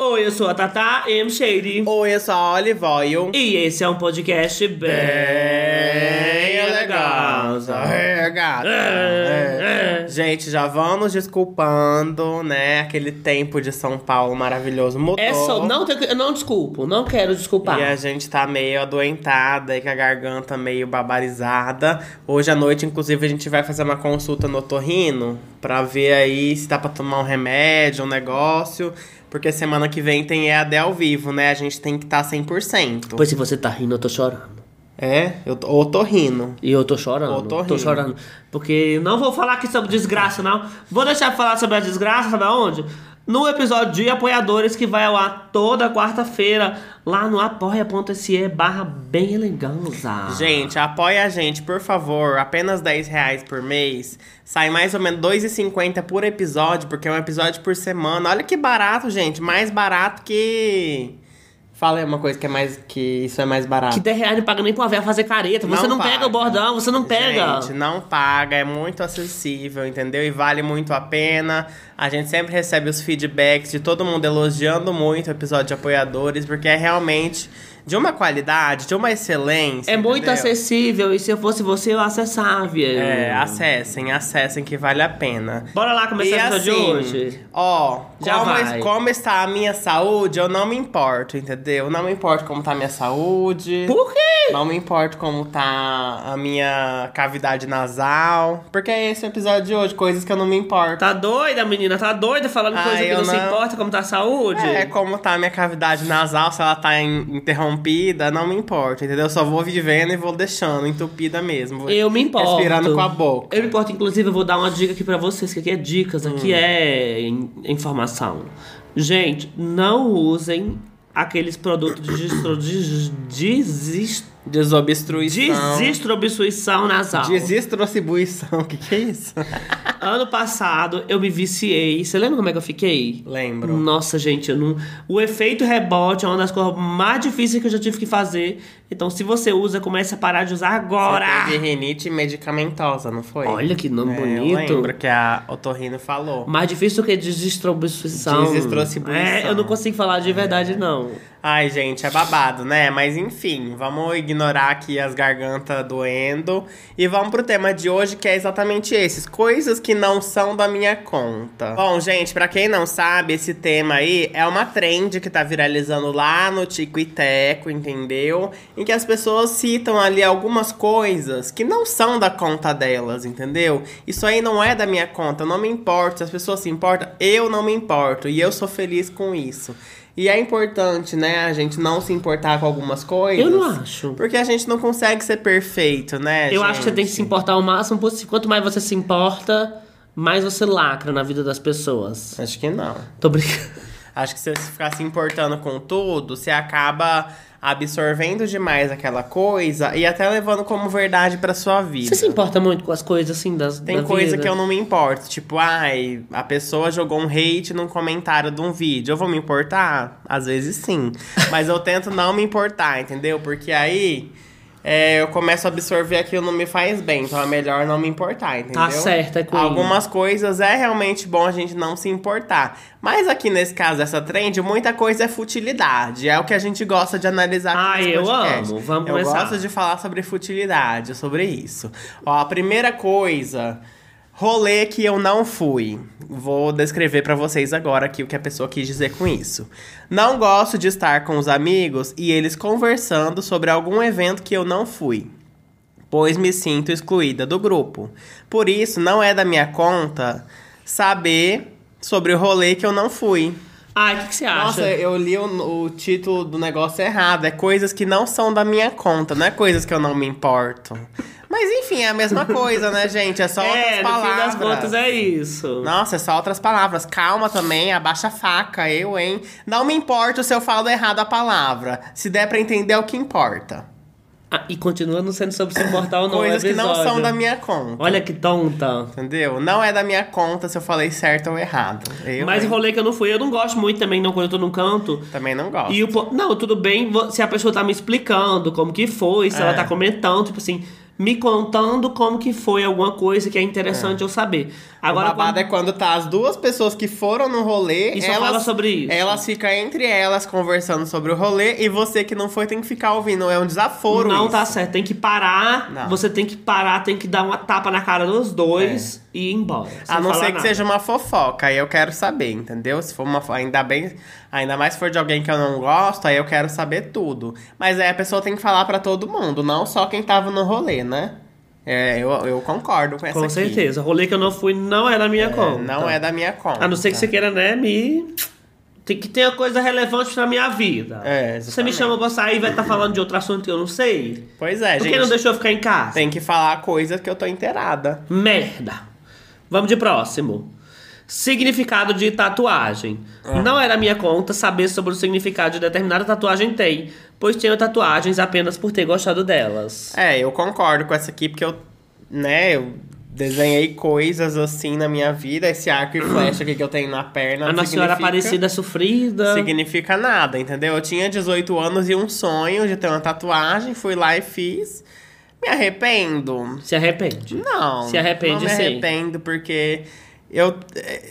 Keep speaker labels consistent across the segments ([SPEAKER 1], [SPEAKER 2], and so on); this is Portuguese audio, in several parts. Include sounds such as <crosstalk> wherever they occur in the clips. [SPEAKER 1] Oi, eu sou a Tata M. Shady.
[SPEAKER 2] Oi, eu sou a Olive Oil.
[SPEAKER 1] E esse é um podcast bem elegante.
[SPEAKER 2] É, gata.
[SPEAKER 1] É,
[SPEAKER 2] É. Gente, já vamos desculpando, né? Aquele tempo de São Paulo maravilhoso mudou.
[SPEAKER 1] É só, não, tem- eu não desculpo, não quero desculpar.
[SPEAKER 2] E a gente tá meio adoentada e com a garganta meio babarizada. Hoje à noite, inclusive, a gente vai fazer uma consulta no torrino pra ver aí se dá pra tomar um remédio, um negócio. Porque semana que vem tem EAD ao vivo, né? A gente tem que estar tá 100%.
[SPEAKER 1] Pois se você tá rindo, eu tô chorando.
[SPEAKER 2] É, eu tô, ou torrino.
[SPEAKER 1] E eu tô chorando,
[SPEAKER 2] Eu tô
[SPEAKER 1] tô,
[SPEAKER 2] rindo.
[SPEAKER 1] chorando. Porque não vou falar aqui sobre desgraça, não. Vou deixar falar sobre a desgraça, sabe aonde? No episódio de Apoiadores, que vai ao ar toda quarta-feira, lá no apoia.se barra bem eleganza.
[SPEAKER 2] Gente, apoia a gente, por favor. Apenas 10 reais por mês. Sai mais ou menos 2,50 por episódio, porque é um episódio por semana. Olha que barato, gente. Mais barato que. Fala aí uma coisa que é mais. que isso é mais barato.
[SPEAKER 1] Que 10 reais não paga nem pra uma véia fazer careta. Você não,
[SPEAKER 2] paga.
[SPEAKER 1] pega o bordão, você não pega.
[SPEAKER 2] Gente, não paga, é muito acessível, entendeu? E vale muito a pena. A gente sempre recebe os feedbacks de todo mundo elogiando muito o episódio de apoiadores, porque é realmente de uma qualidade, de uma excelência.
[SPEAKER 1] é muito
[SPEAKER 2] entendeu?
[SPEAKER 1] acessível. E se eu fosse você, eu acessava.
[SPEAKER 2] É, acessem, acessem que vale a pena.
[SPEAKER 1] Bora lá
[SPEAKER 2] E
[SPEAKER 1] começar o
[SPEAKER 2] assim,
[SPEAKER 1] episódio de hoje.
[SPEAKER 2] ó,
[SPEAKER 1] Já
[SPEAKER 2] como,
[SPEAKER 1] vai.
[SPEAKER 2] como está a minha saúde, eu não me importo, entendeu? Não me importo como tá a minha saúde.
[SPEAKER 1] Por quê?
[SPEAKER 2] Não me importo como tá a minha cavidade nasal. Porque esse é o episódio de hoje, coisas que eu não me importo.
[SPEAKER 1] Tá doida, menina? Tá doida falando
[SPEAKER 2] Ah,
[SPEAKER 1] coisa que
[SPEAKER 2] eu
[SPEAKER 1] não, se
[SPEAKER 2] não-
[SPEAKER 1] importa, como tá a saúde?
[SPEAKER 2] É, como tá a minha cavidade nasal, se ela tá in- interrompida, não me importo, entendeu? Eu só vou vivendo e vou deixando entupida mesmo. Vou
[SPEAKER 1] Eu me importo.
[SPEAKER 2] Respirando com a boca. Hum.
[SPEAKER 1] Eu me importo, inclusive, eu vou dar uma dica aqui pra vocês, que aqui é dicas, aqui é in- informação. Gente, não usem aqueles produtos de destro- des- desis-
[SPEAKER 2] Desobstruição.
[SPEAKER 1] desestrobissuição nasal.
[SPEAKER 2] Desistrocibuição, <laughs> o que, que é isso?
[SPEAKER 1] Ano passado eu me viciei. Você lembra como é que eu fiquei?
[SPEAKER 2] Lembro.
[SPEAKER 1] Nossa, gente, eu não... o efeito rebote é uma das coisas mais difíceis que eu já tive que fazer. Então, se você usa, comece a parar de usar agora.
[SPEAKER 2] Você teve rinite medicamentosa, não foi?
[SPEAKER 1] Olha que nome
[SPEAKER 2] É,
[SPEAKER 1] bonito.
[SPEAKER 2] Eu lembro que a Otorrino falou.
[SPEAKER 1] Mais difícil do que desestribuição.
[SPEAKER 2] Desestribuição.
[SPEAKER 1] É, eu não consigo falar de
[SPEAKER 2] É.
[SPEAKER 1] verdade, não.
[SPEAKER 2] Ai, gente, é babado, né? Mas enfim, vamos ignorar aqui as gargantas doendo. E vamos pro tema de hoje, que é exatamente esses. Coisas que não são da minha conta. Bom, gente, pra quem não sabe, esse tema aí é uma trend que tá viralizando lá no Tico e Teco, entendeu? Em que as pessoas citam ali algumas coisas que não são da conta delas, entendeu? Isso aí não é da minha conta, eu não me importo. Se as pessoas se importam, eu não me importo. E eu sou feliz com isso. E é importante, né, a gente não se importar com algumas coisas.
[SPEAKER 1] Eu não acho.
[SPEAKER 2] Porque a gente não consegue ser perfeito, né?
[SPEAKER 1] Eu acho que você tem que se importar o máximo possível. Quanto mais você se importa, mais você lacra na vida das pessoas.
[SPEAKER 2] Acho que não.
[SPEAKER 1] Tô brincando.
[SPEAKER 2] Acho que se você ficar se importando com tudo, você acaba absorvendo demais aquela coisa e até levando como verdade pra sua vida.
[SPEAKER 1] Você se importa muito com as coisas assim das
[SPEAKER 2] Tem
[SPEAKER 1] da
[SPEAKER 2] coisa
[SPEAKER 1] vida?
[SPEAKER 2] que eu não me importo. Tipo, ai, a pessoa jogou um hate num comentário de um vídeo. Eu vou me importar? Às
[SPEAKER 1] <laughs>
[SPEAKER 2] vezes sim. Mas eu tento não me importar, entendeu? Porque aí é, eu começo a absorver aquilo não me faz bem. Então é melhor não me importar, entendeu?
[SPEAKER 1] Tá certa, Queen.
[SPEAKER 2] Algumas coisas é realmente bom a gente não se importar. Mas aqui nesse caso dessa trend, muita coisa é futilidade. É o que a gente gosta de analisar aqui
[SPEAKER 1] Ai,
[SPEAKER 2] nesse
[SPEAKER 1] eu
[SPEAKER 2] podcast.
[SPEAKER 1] amo. Vamos
[SPEAKER 2] eu
[SPEAKER 1] começar.
[SPEAKER 2] gosto de falar sobre futilidade, sobre isso. Ó, a primeira coisa, rolê que eu não fui. Vou descrever pra vocês agora aqui o que a pessoa quis dizer com isso. Não gosto de estar com os amigos e eles conversando sobre algum evento que eu não fui pois me sinto excluída do grupo. Por isso, não é da minha conta saber sobre o rolê que eu não fui.
[SPEAKER 1] Ai, o que, que você acha?
[SPEAKER 2] Nossa, eu li o, o título do negócio errado. É coisas que não são da minha conta, não é coisas que eu não me importo. Mas enfim, é
[SPEAKER 1] <laughs>
[SPEAKER 2] a mesma coisa, né, gente? É só
[SPEAKER 1] é,
[SPEAKER 2] outras
[SPEAKER 1] no
[SPEAKER 2] palavras.
[SPEAKER 1] fim das contas é isso.
[SPEAKER 2] Nossa, é só outras palavras. Calma também, abaixa a faca, eu, hein? Não me importo se eu falo errado a palavra. Se der pra entender, é o que importa.
[SPEAKER 1] Ah, e continua não sendo sobre se importar ou não.
[SPEAKER 2] coisas
[SPEAKER 1] é
[SPEAKER 2] que não são
[SPEAKER 1] episódio.
[SPEAKER 2] da minha conta.
[SPEAKER 1] Olha que tonta.
[SPEAKER 2] Entendeu? Não é da minha conta se eu falei certo ou errado. Eu
[SPEAKER 1] Mas o
[SPEAKER 2] hein,
[SPEAKER 1] rolê é que eu não fui, eu não gosto muito também, não, quando eu tô num canto.
[SPEAKER 2] também não gosto.
[SPEAKER 1] E o po- Não, tudo bem vo- se a pessoa tá me explicando como que foi, se
[SPEAKER 2] É.
[SPEAKER 1] ela tá comentando, tipo assim, me contando como que foi alguma coisa que é interessante eu saber. Agora,
[SPEAKER 2] o babado é quando tá as duas pessoas que foram no rolê.
[SPEAKER 1] E só fala sobre isso.
[SPEAKER 2] Elas ficam entre elas conversando sobre o rolê e você que não foi tem que ficar ouvindo. É um desaforo.
[SPEAKER 1] não
[SPEAKER 2] isso.
[SPEAKER 1] tá certo. Tem que parar.
[SPEAKER 2] Não.
[SPEAKER 1] Você tem que parar, tem que dar uma tapa na cara dos dois e ir embora. sem
[SPEAKER 2] É. A não
[SPEAKER 1] falar
[SPEAKER 2] ser que
[SPEAKER 1] nada.
[SPEAKER 2] seja uma fofoca, aí eu quero saber, entendeu? Se for uma fo- ainda bem, ainda mais se for de alguém que eu não gosto, aí eu quero saber tudo. Mas aí a pessoa tem que falar pra todo mundo, não só quem tava no rolê, né? É, eu, eu concordo com essa
[SPEAKER 1] Com
[SPEAKER 2] aqui.
[SPEAKER 1] certeza. O rolê que eu não fui não é da minha
[SPEAKER 2] É,
[SPEAKER 1] conta.
[SPEAKER 2] não é da minha conta.
[SPEAKER 1] A não ser que você queira, né, me. Tem que ter uma coisa relevante na minha vida.
[SPEAKER 2] É,
[SPEAKER 1] você me
[SPEAKER 2] exatamente.
[SPEAKER 1] chama pra sair e vai estar falando de outro assunto que eu não sei.
[SPEAKER 2] Pois é,
[SPEAKER 1] Por
[SPEAKER 2] gente.
[SPEAKER 1] que não deixou eu ficar em casa?
[SPEAKER 2] Tem que falar coisas que eu tô inteirada.
[SPEAKER 1] Merda. Vamos de próximo. Significado de tatuagem.
[SPEAKER 2] Ah.
[SPEAKER 1] Não era minha conta saber sobre o significado de determinada tatuagem tem, pois tenho tatuagens apenas por ter gostado delas.
[SPEAKER 2] É, eu concordo com essa aqui, porque eu, né, eu desenhei coisas assim na minha vida. Esse arco e flecha aqui que eu tenho na perna.
[SPEAKER 1] A Nossa Senhora
[SPEAKER 2] É, significa-
[SPEAKER 1] Aparecida Sofrida.
[SPEAKER 2] significa nada, entendeu? Eu tinha 18 anos e um sonho de ter uma tatuagem, fui lá e fiz. Me arrependo?
[SPEAKER 1] Se arrepende.
[SPEAKER 2] Não.
[SPEAKER 1] Se arrepende,
[SPEAKER 2] Não me
[SPEAKER 1] sim.
[SPEAKER 2] arrependo porque eu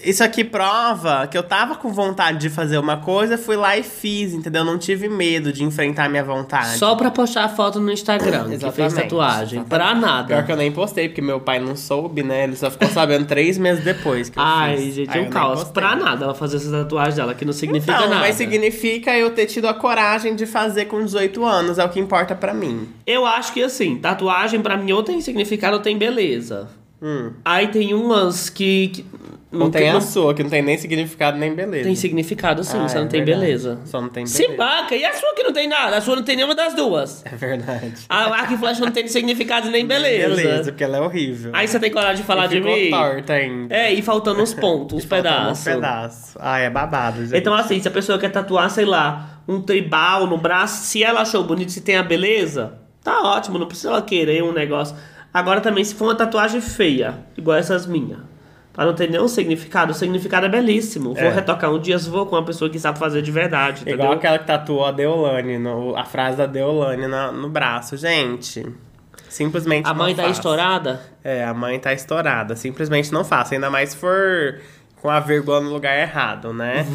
[SPEAKER 2] isso aqui prova que eu tava com vontade de fazer uma coisa, fui lá e fiz, entendeu? Não tive medo de enfrentar a minha vontade.
[SPEAKER 1] Só pra postar a foto no Instagram que fez
[SPEAKER 2] Exatamente.
[SPEAKER 1] tatuagem. Pra
[SPEAKER 2] Pior que
[SPEAKER 1] nada.
[SPEAKER 2] eu nem postei, porque meu pai não soube, né? Ele só ficou sabendo três meses depois que eu
[SPEAKER 1] Ai,
[SPEAKER 2] fiz.
[SPEAKER 1] gente,
[SPEAKER 2] Aí
[SPEAKER 1] é
[SPEAKER 2] eu
[SPEAKER 1] um
[SPEAKER 2] nem
[SPEAKER 1] caos.
[SPEAKER 2] postei.
[SPEAKER 1] Pra nada ela fazer essa tatuagem dela, que não significa
[SPEAKER 2] Não,
[SPEAKER 1] nada.
[SPEAKER 2] mas significa eu ter tido a coragem de fazer com 18 anos, é o que importa pra mim.
[SPEAKER 1] Eu acho que assim, tatuagem pra mim ou tem significado ou tem beleza.
[SPEAKER 2] Hum.
[SPEAKER 1] Aí tem umas que. que-
[SPEAKER 2] Não tem
[SPEAKER 1] não
[SPEAKER 2] a sua, que não tem nem significado nem beleza.
[SPEAKER 1] tem significado sim,
[SPEAKER 2] Ah,
[SPEAKER 1] só
[SPEAKER 2] é
[SPEAKER 1] não tem
[SPEAKER 2] verdade.
[SPEAKER 1] beleza.
[SPEAKER 2] Só não tem beleza.
[SPEAKER 1] Se banca, e a sua que não tem nada? A sua não tem nenhuma das duas.
[SPEAKER 2] É verdade.
[SPEAKER 1] A arco e flecha não tem significado nem Ah, beleza.
[SPEAKER 2] Beleza, porque ela é horrível.
[SPEAKER 1] Aí você tem coragem de falar
[SPEAKER 2] E
[SPEAKER 1] de
[SPEAKER 2] ficou
[SPEAKER 1] mim?
[SPEAKER 2] torta ainda.
[SPEAKER 1] É, e faltando uns pontos, uns pedaços.
[SPEAKER 2] Um pedaço. Ah, é babado, gente.
[SPEAKER 1] Então, assim, se a pessoa quer tatuar, sei lá, um tribal no braço, se ela achou bonito, se tem a beleza, tá ótimo, não precisa ela querer um negócio. Agora também, se for uma tatuagem feia, igual essas minhas, pra não ter nenhum significado, o significado é belíssimo. Vou
[SPEAKER 2] É.
[SPEAKER 1] retocar um dia, se vou com uma pessoa que sabe fazer de verdade, entendeu?
[SPEAKER 2] Igual aquela que tatuou a Deolane, no- a frase da Deolane na- no braço. Gente, simplesmente
[SPEAKER 1] A mãe
[SPEAKER 2] não
[SPEAKER 1] tá
[SPEAKER 2] faça.
[SPEAKER 1] estourada?
[SPEAKER 2] É, a mãe tá estourada. Simplesmente não faça. Ainda mais se for com a vírgula no lugar
[SPEAKER 1] <laughs>
[SPEAKER 2] errado, né?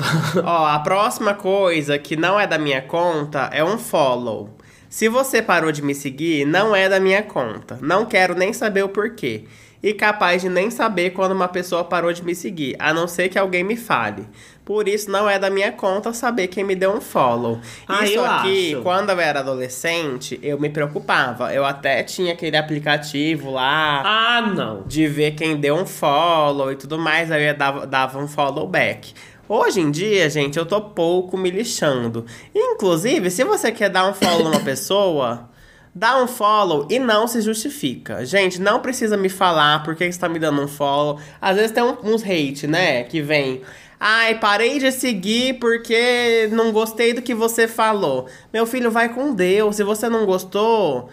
[SPEAKER 2] Ó, a próxima coisa que não é da minha conta é um follow. Se você parou de me seguir, não é da minha conta. Não quero nem saber o porquê. E capaz de nem saber quando uma pessoa parou de me seguir, a não ser que alguém me fale. Por isso, não é da minha conta saber quem me deu um follow.
[SPEAKER 1] Ah,
[SPEAKER 2] isso
[SPEAKER 1] eu
[SPEAKER 2] aqui,
[SPEAKER 1] acho.
[SPEAKER 2] quando eu era adolescente, eu me preocupava. Eu até tinha aquele aplicativo lá
[SPEAKER 1] Ah, não.
[SPEAKER 2] de ver quem deu um follow e tudo mais, aí eu dava, dava um follow back. Hoje em dia, gente, eu tô pouco me lixando. Inclusive, se você quer dar um follow numa pessoa, dá um follow e não se justifica. Gente, não precisa me falar por que você tá me dando um follow. Às vezes tem um- uns hate, né, que vem. Ai, parei de seguir porque não gostei do que você falou. Meu filho, vai com Deus. Se você não gostou,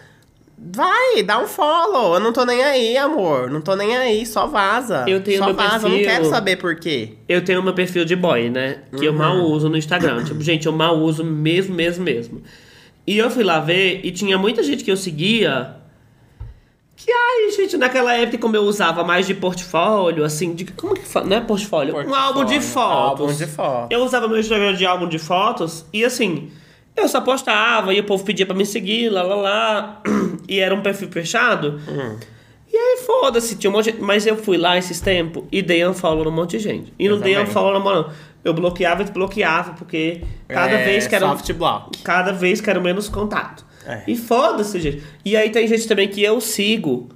[SPEAKER 2] Vai, dá um follow. Eu não tô nem aí, amor. Não tô nem aí, só vaza.
[SPEAKER 1] Eu tenho
[SPEAKER 2] só
[SPEAKER 1] meu
[SPEAKER 2] vaza, eu não
[SPEAKER 1] perfil.
[SPEAKER 2] quero saber por quê.
[SPEAKER 1] Eu tenho meu perfil de boy, né? Que eu mal
[SPEAKER 2] Uhum.
[SPEAKER 1] uso no Instagram.
[SPEAKER 2] <clears throat>
[SPEAKER 1] tipo, gente, eu mal uso mesmo, mesmo, mesmo. E eu fui lá ver e tinha muita gente que eu seguia. Que ai, gente, naquela época como eu usava mais de portfólio, assim, de, como que fala? Não é portfólio, um
[SPEAKER 2] Portfólio,
[SPEAKER 1] álbum de fotos.
[SPEAKER 2] álbum de fotos.
[SPEAKER 1] Eu usava meu Instagram de álbum de fotos e assim, eu só postava e o povo pedia pra me seguir, lá lá lá. <clears throat> E era um perfil fechado.
[SPEAKER 2] Hum.
[SPEAKER 1] E aí, foda-se, tinha um monte de... Mas eu fui lá esses tempos e dei unfollow num monte de gente. E não dei
[SPEAKER 2] Exatamente.
[SPEAKER 1] unfollow na mão, não. Eu bloqueava e desbloqueava, porque cada
[SPEAKER 2] É,
[SPEAKER 1] vez que era... um
[SPEAKER 2] Soft block.
[SPEAKER 1] Cada vez quero menos contato.
[SPEAKER 2] É.
[SPEAKER 1] E foda-se, gente. E aí tem gente também que eu sigo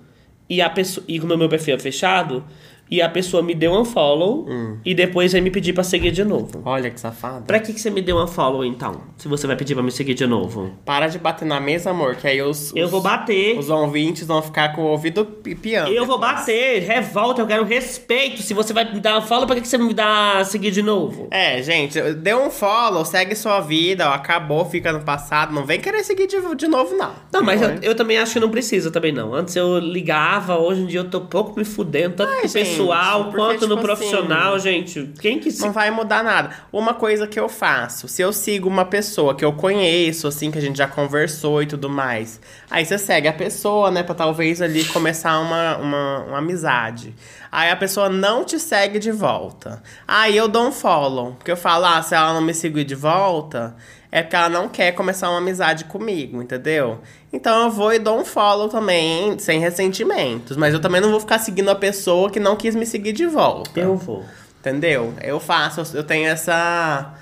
[SPEAKER 1] e a pessoa. E como meu perfil é fechado, e a pessoa me deu um follow
[SPEAKER 2] Hum.
[SPEAKER 1] e depois vai me pedir pra seguir de novo.
[SPEAKER 2] Olha que safado.
[SPEAKER 1] Pra que, que você me deu um follow então? Se você vai pedir pra me seguir de novo?
[SPEAKER 2] Para de bater na mesa, amor, que aí os,
[SPEAKER 1] Eu
[SPEAKER 2] os-
[SPEAKER 1] vou bater.
[SPEAKER 2] os ouvintes vão ficar com o ouvido pi- piando.
[SPEAKER 1] Eu vou bater, revolta, eu quero respeito. Se você vai me dar um follow, pra que, que você me dá seguir de novo?
[SPEAKER 2] É, gente, deu um follow, segue sua vida, ó, acabou, fica no passado. Não vem querer seguir de, de novo, não.
[SPEAKER 1] Não, mas
[SPEAKER 2] Não
[SPEAKER 1] eu, eu também acho que não precisa também não. Antes eu ligava, hoje em dia eu tô pouco me fudendo, tanto
[SPEAKER 2] Ai,
[SPEAKER 1] que o
[SPEAKER 2] gente,
[SPEAKER 1] pessoal
[SPEAKER 2] porque,
[SPEAKER 1] quanto no
[SPEAKER 2] tipo
[SPEAKER 1] profissional, gente. Quem que se.
[SPEAKER 2] Não vai mudar nada. Uma coisa que eu faço, se eu sigo uma pessoa que eu conheço, assim, que a gente já conversou e tudo mais, aí você segue a pessoa, né, pra talvez ali começar uma, uma, uma amizade. Aí a pessoa não te segue de volta. Aí eu dou um follow, porque eu falo, ah, se ela não me seguir de volta, é porque ela não quer começar uma amizade comigo, entendeu? Então eu vou e dou um follow também, sem ressentimentos. Mas eu também não vou ficar seguindo a pessoa que não quis me seguir de volta.
[SPEAKER 1] Eu vou.
[SPEAKER 2] Entendeu? Eu faço, eu tenho essa.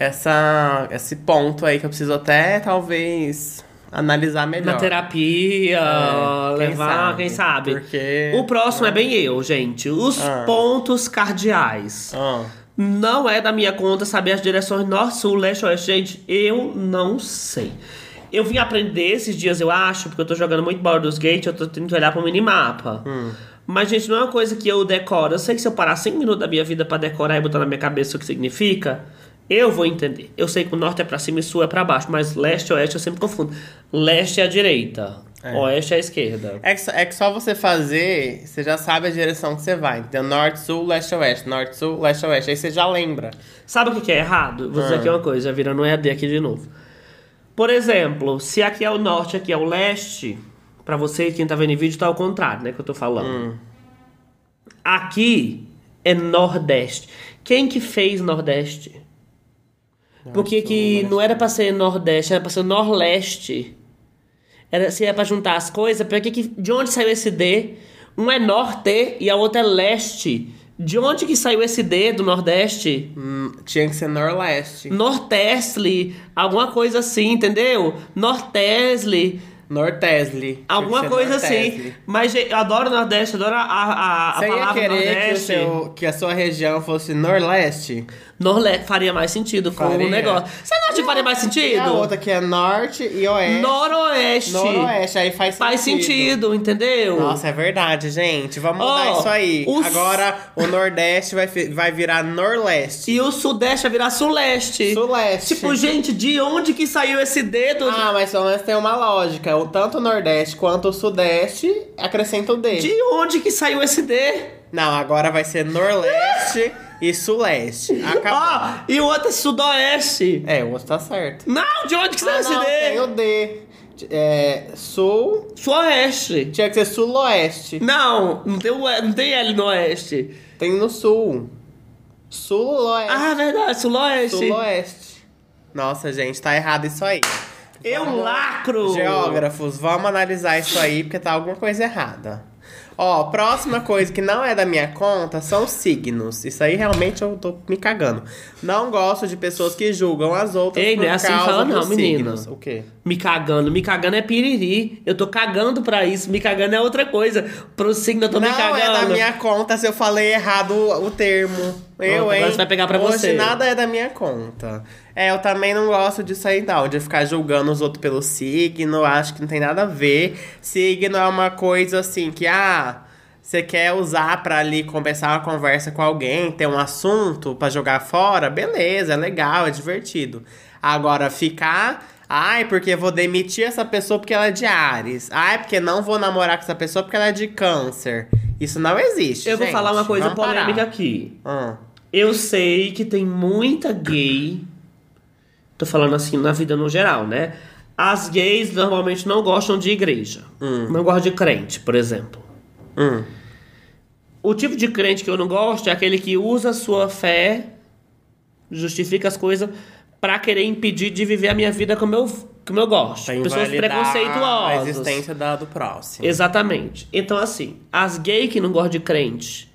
[SPEAKER 2] Essa. Esse ponto aí que eu preciso até, talvez, analisar melhor.
[SPEAKER 1] Na terapia,
[SPEAKER 2] É, quem
[SPEAKER 1] levar,
[SPEAKER 2] sabe?
[SPEAKER 1] quem sabe.
[SPEAKER 2] Porque-
[SPEAKER 1] O próximo é bem eu, gente. Os
[SPEAKER 2] Ah.
[SPEAKER 1] pontos cardeais.
[SPEAKER 2] Ah,
[SPEAKER 1] Não é da minha conta saber as direções norte, sul, leste, oeste. Gente, eu não sei. Eu vim aprender esses dias, eu acho, porque eu tô jogando muito Baldur's Gate, eu tô tendo que olhar pro minimapa. Mas, gente, não é uma coisa que eu decoro. Eu sei que se eu parar 5 minutos da minha vida pra decorar e botar na minha cabeça o que significa, eu vou entender. Eu sei que o norte é pra cima e sul é pra baixo, mas leste e oeste eu sempre confundo. Leste é a direita, oeste é a esquerda.
[SPEAKER 2] é, que, só- é que só você fazer, você já sabe a direção que você vai. Entendeu? Norte, sul, leste, oeste. Norte, sul, leste, oeste. Aí você já lembra.
[SPEAKER 1] Sabe o que que é errado? Vou dizer aqui uma coisa, já virando um EAD aqui de novo. Por exemplo, se aqui é o norte, aqui é o leste, pra você quem tá vendo em vídeo tá ao contrário, né, que eu tô falando. Aqui é nordeste. Quem que fez nordeste? Porque que não era pra ser nordeste, era pra ser nordeste. Era, se é pra juntar as coisas, pra que que, de onde saiu esse D? Um é norte e a outra é leste. De onde que saiu esse D do nordeste?
[SPEAKER 2] Hum, tinha que ser noroeste.
[SPEAKER 1] Nortesle, alguma coisa assim, entendeu? Nortesle,
[SPEAKER 2] Nortesli.
[SPEAKER 1] alguma
[SPEAKER 2] Tinha que ser
[SPEAKER 1] coisa assim.
[SPEAKER 2] Nortesli.
[SPEAKER 1] Mas gente, eu adoro o Nordeste, adoro a, a, a
[SPEAKER 2] Você ia
[SPEAKER 1] palavra
[SPEAKER 2] querer que, o
[SPEAKER 1] Nordeste.
[SPEAKER 2] seu, que a sua região fosse norleste?
[SPEAKER 1] Norle faria mais sentido com
[SPEAKER 2] Faria.
[SPEAKER 1] o negócio. Você não acha que faria mais
[SPEAKER 2] E a
[SPEAKER 1] sentido?
[SPEAKER 2] outra que é norte e oeste.
[SPEAKER 1] Noroeste.
[SPEAKER 2] Noroeste, aí faz sentido.
[SPEAKER 1] Faz sentido, entendeu?
[SPEAKER 2] Nossa, é verdade, gente. Vamos
[SPEAKER 1] Ó,
[SPEAKER 2] mudar isso aí.
[SPEAKER 1] os-
[SPEAKER 2] Agora o Nordeste vai, fi- vai virar Norleste.
[SPEAKER 1] E o Sudeste vai virar Suleste.
[SPEAKER 2] Suleste.
[SPEAKER 1] Tipo, gente, de onde que saiu esse dedo?
[SPEAKER 2] Ah, mas pelo menos tem uma lógica. O tanto o Nordeste quanto o Sudeste acrescenta o D.
[SPEAKER 1] De onde que saiu esse D?
[SPEAKER 2] Não, agora vai ser Norleste e Suleste. Acabou.
[SPEAKER 1] Ó, e o outro é Sudoeste.
[SPEAKER 2] É, o outro tá certo.
[SPEAKER 1] Não, de onde que saiu
[SPEAKER 2] Ah,
[SPEAKER 1] esse
[SPEAKER 2] não,
[SPEAKER 1] D?
[SPEAKER 2] tem o D. É, sul.
[SPEAKER 1] Sudoeste.
[SPEAKER 2] Tinha que ser Suloeste.
[SPEAKER 1] Não, não tem, o- não tem L no Oeste.
[SPEAKER 2] Tem no Sul. Suloeste.
[SPEAKER 1] Ah, verdade, Suloeste.
[SPEAKER 2] Suloeste. Nossa, gente, tá errado isso aí.
[SPEAKER 1] Eu É um lacro!
[SPEAKER 2] Geógrafos, vamos analisar isso aí, porque tá alguma coisa errada. Ó, próxima coisa que não é da minha conta são signos. Isso aí realmente eu tô me cagando. Não gosto de pessoas que julgam as outras
[SPEAKER 1] Ei,
[SPEAKER 2] por
[SPEAKER 1] não é assim que
[SPEAKER 2] causa
[SPEAKER 1] fala
[SPEAKER 2] dos
[SPEAKER 1] não, menino.
[SPEAKER 2] signos. O quê?
[SPEAKER 1] Me cagando. Me cagando é piriri. Eu tô cagando pra isso. Me cagando é outra coisa. Pro signo eu tô me
[SPEAKER 2] Não
[SPEAKER 1] cagando.
[SPEAKER 2] é da minha conta se eu falei errado o, o termo. Eu,
[SPEAKER 1] agora
[SPEAKER 2] hein?
[SPEAKER 1] você vai pegar pra
[SPEAKER 2] Hoje
[SPEAKER 1] você.
[SPEAKER 2] nada é da minha conta. É, eu também não gosto disso aí, não. De ficar julgando os outros pelo signo. Acho que não tem nada a ver. Signo é uma coisa assim que, ah... Você quer usar pra ali começar uma conversa com alguém, ter um assunto pra jogar fora? Beleza, é legal, é divertido. Agora, ficar... Ai, porque vou demitir essa pessoa porque ela é de Ares. Ai, porque não vou namorar com essa pessoa porque ela é de câncer. Isso não existe.
[SPEAKER 1] Eu vou
[SPEAKER 2] gente.
[SPEAKER 1] falar uma coisa
[SPEAKER 2] Vamos parar.
[SPEAKER 1] polêmica aqui.
[SPEAKER 2] Ah,
[SPEAKER 1] Eu sei que tem muita gay. Tô falando assim na vida no geral, né? As gays normalmente não gostam de igreja. Não gostam de crente, por exemplo.
[SPEAKER 2] hum.
[SPEAKER 1] O tipo de crente que eu não gosto é aquele que usa a sua fé, justifica as coisas, pra querer impedir de viver a minha vida como eu, como eu gosto.
[SPEAKER 2] Pra
[SPEAKER 1] Pessoas
[SPEAKER 2] invalidar A
[SPEAKER 1] preconceituosas.
[SPEAKER 2] existência da, do próximo.
[SPEAKER 1] Exatamente. Então, assim, as gay que não gostam de crente,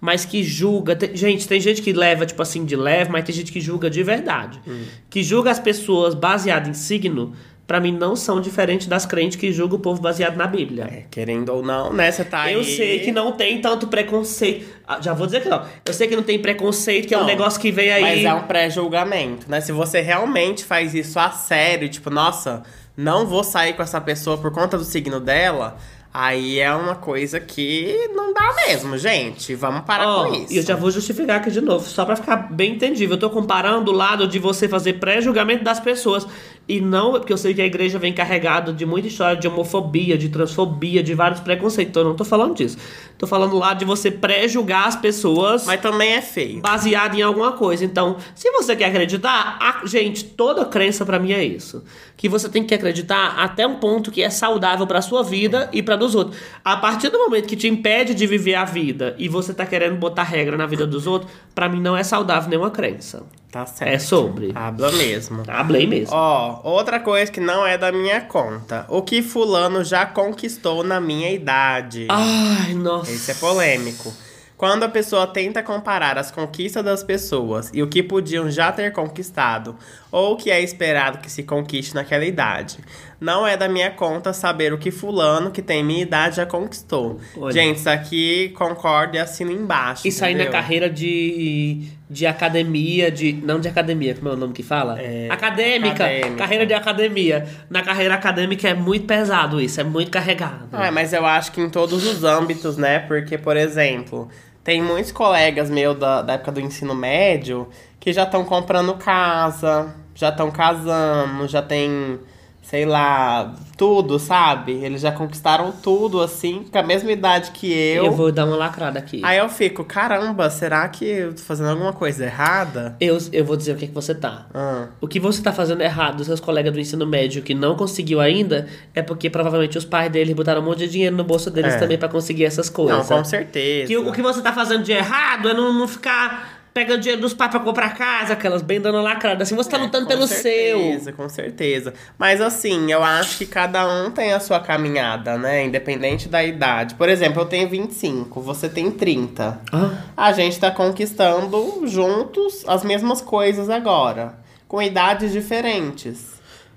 [SPEAKER 1] mas que julga. tem- gente, tem gente que leva, tipo assim, de leve, mas tem gente que julga de verdade.
[SPEAKER 2] Hum.
[SPEAKER 1] Que julga as pessoas baseado em signo, pra mim não são diferentes das crentes que julgam o povo baseado na Bíblia.
[SPEAKER 2] É, querendo ou não, né? Você tá
[SPEAKER 1] Eu
[SPEAKER 2] aí-
[SPEAKER 1] sei que não tem tanto preconceito. Ah, Já vou dizer que não. Eu sei que não tem preconceito, que é um
[SPEAKER 2] Não,
[SPEAKER 1] negócio que vem aí.
[SPEAKER 2] Mas é um pré-julgamento, né? Se você realmente faz isso a sério, tipo, nossa, não vou sair com essa pessoa por conta do signo dela, Aí é uma coisa que não dá mesmo, gente. Vamos parar
[SPEAKER 1] Ó,
[SPEAKER 2] com isso.
[SPEAKER 1] E eu já vou justificar aqui de novo, só pra ficar bem entendível. Eu tô comparando o lado de você fazer pré-julgamento das pessoas. E não, é porque eu sei que a igreja vem carregada de muita história de homofobia, de transfobia, de vários preconceitos. Então eu não tô falando disso. Tô falando do lado de você pré-julgar as pessoas
[SPEAKER 2] Mas também é feio.
[SPEAKER 1] baseado em alguma coisa. Então, se você quer acreditar, a- gente, toda crença pra mim é isso. Que você tem que acreditar até um ponto que é saudável pra sua vida e pra dos outros. A partir do momento que te impede de viver a vida e você tá querendo botar regra na vida dos outros, pra mim não é saudável nenhuma crença.
[SPEAKER 2] Tá certo.
[SPEAKER 1] É sobre.
[SPEAKER 2] Habla mesmo.
[SPEAKER 1] Hablei mesmo.
[SPEAKER 2] Ó, outra coisa que não é da minha conta. O que fulano já conquistou na minha idade.
[SPEAKER 1] Ah, Ai, nossa.
[SPEAKER 2] Esse é polêmico. Quando a pessoa tenta comparar as conquistas das pessoas e o que podiam já ter conquistado, ou o que é esperado que se conquiste naquela idade. Não é da minha conta saber o que fulano que tem minha idade já conquistou.
[SPEAKER 1] Olha.
[SPEAKER 2] Gente, isso aqui concorda e assina embaixo.
[SPEAKER 1] Isso aí é na
[SPEAKER 2] entendeu?
[SPEAKER 1] carreira de, de academia, de. Não de academia, como é o nome que fala?
[SPEAKER 2] É,
[SPEAKER 1] acadêmica.
[SPEAKER 2] acadêmica.
[SPEAKER 1] Carreira de academia. Na carreira acadêmica é muito pesado isso, é muito carregado.
[SPEAKER 2] Ah, mas eu acho que em todos os âmbitos, né? Porque, por exemplo, tem muitos colegas meus da, da época do ensino médio que já estão comprando casa, já estão casando, já tem, sei lá, tudo, sabe? Eles já conquistaram tudo, assim, com a mesma idade que eu. Ah,
[SPEAKER 1] Eu vou dar uma lacrada aqui.
[SPEAKER 2] Aí eu fico, caramba, será que eu tô fazendo alguma coisa errada?
[SPEAKER 1] Eu, eu vou dizer o que, que você tá.
[SPEAKER 2] Ah,
[SPEAKER 1] O que você tá fazendo errado, seus colegas do ensino médio que não conseguiu ainda, é porque provavelmente os pais deles botaram um monte de dinheiro no bolso deles
[SPEAKER 2] É.
[SPEAKER 1] também pra conseguir essas
[SPEAKER 2] não,
[SPEAKER 1] coisas.
[SPEAKER 2] com certeza.
[SPEAKER 1] Que o, o que você tá fazendo de errado é não, não ficar pegando dinheiro dos pais pra comprar casa, aquelas bem dando lacrada. Assim, você tá lutando
[SPEAKER 2] É, com
[SPEAKER 1] pelo seu.
[SPEAKER 2] certeza, Com certeza. Mas assim, eu acho que cada um tem a sua caminhada, né? Independente da idade. Por exemplo, eu tenho 25, você tem 30.
[SPEAKER 1] Ah.
[SPEAKER 2] A gente tá conquistando juntos as mesmas coisas agora, com idades diferentes.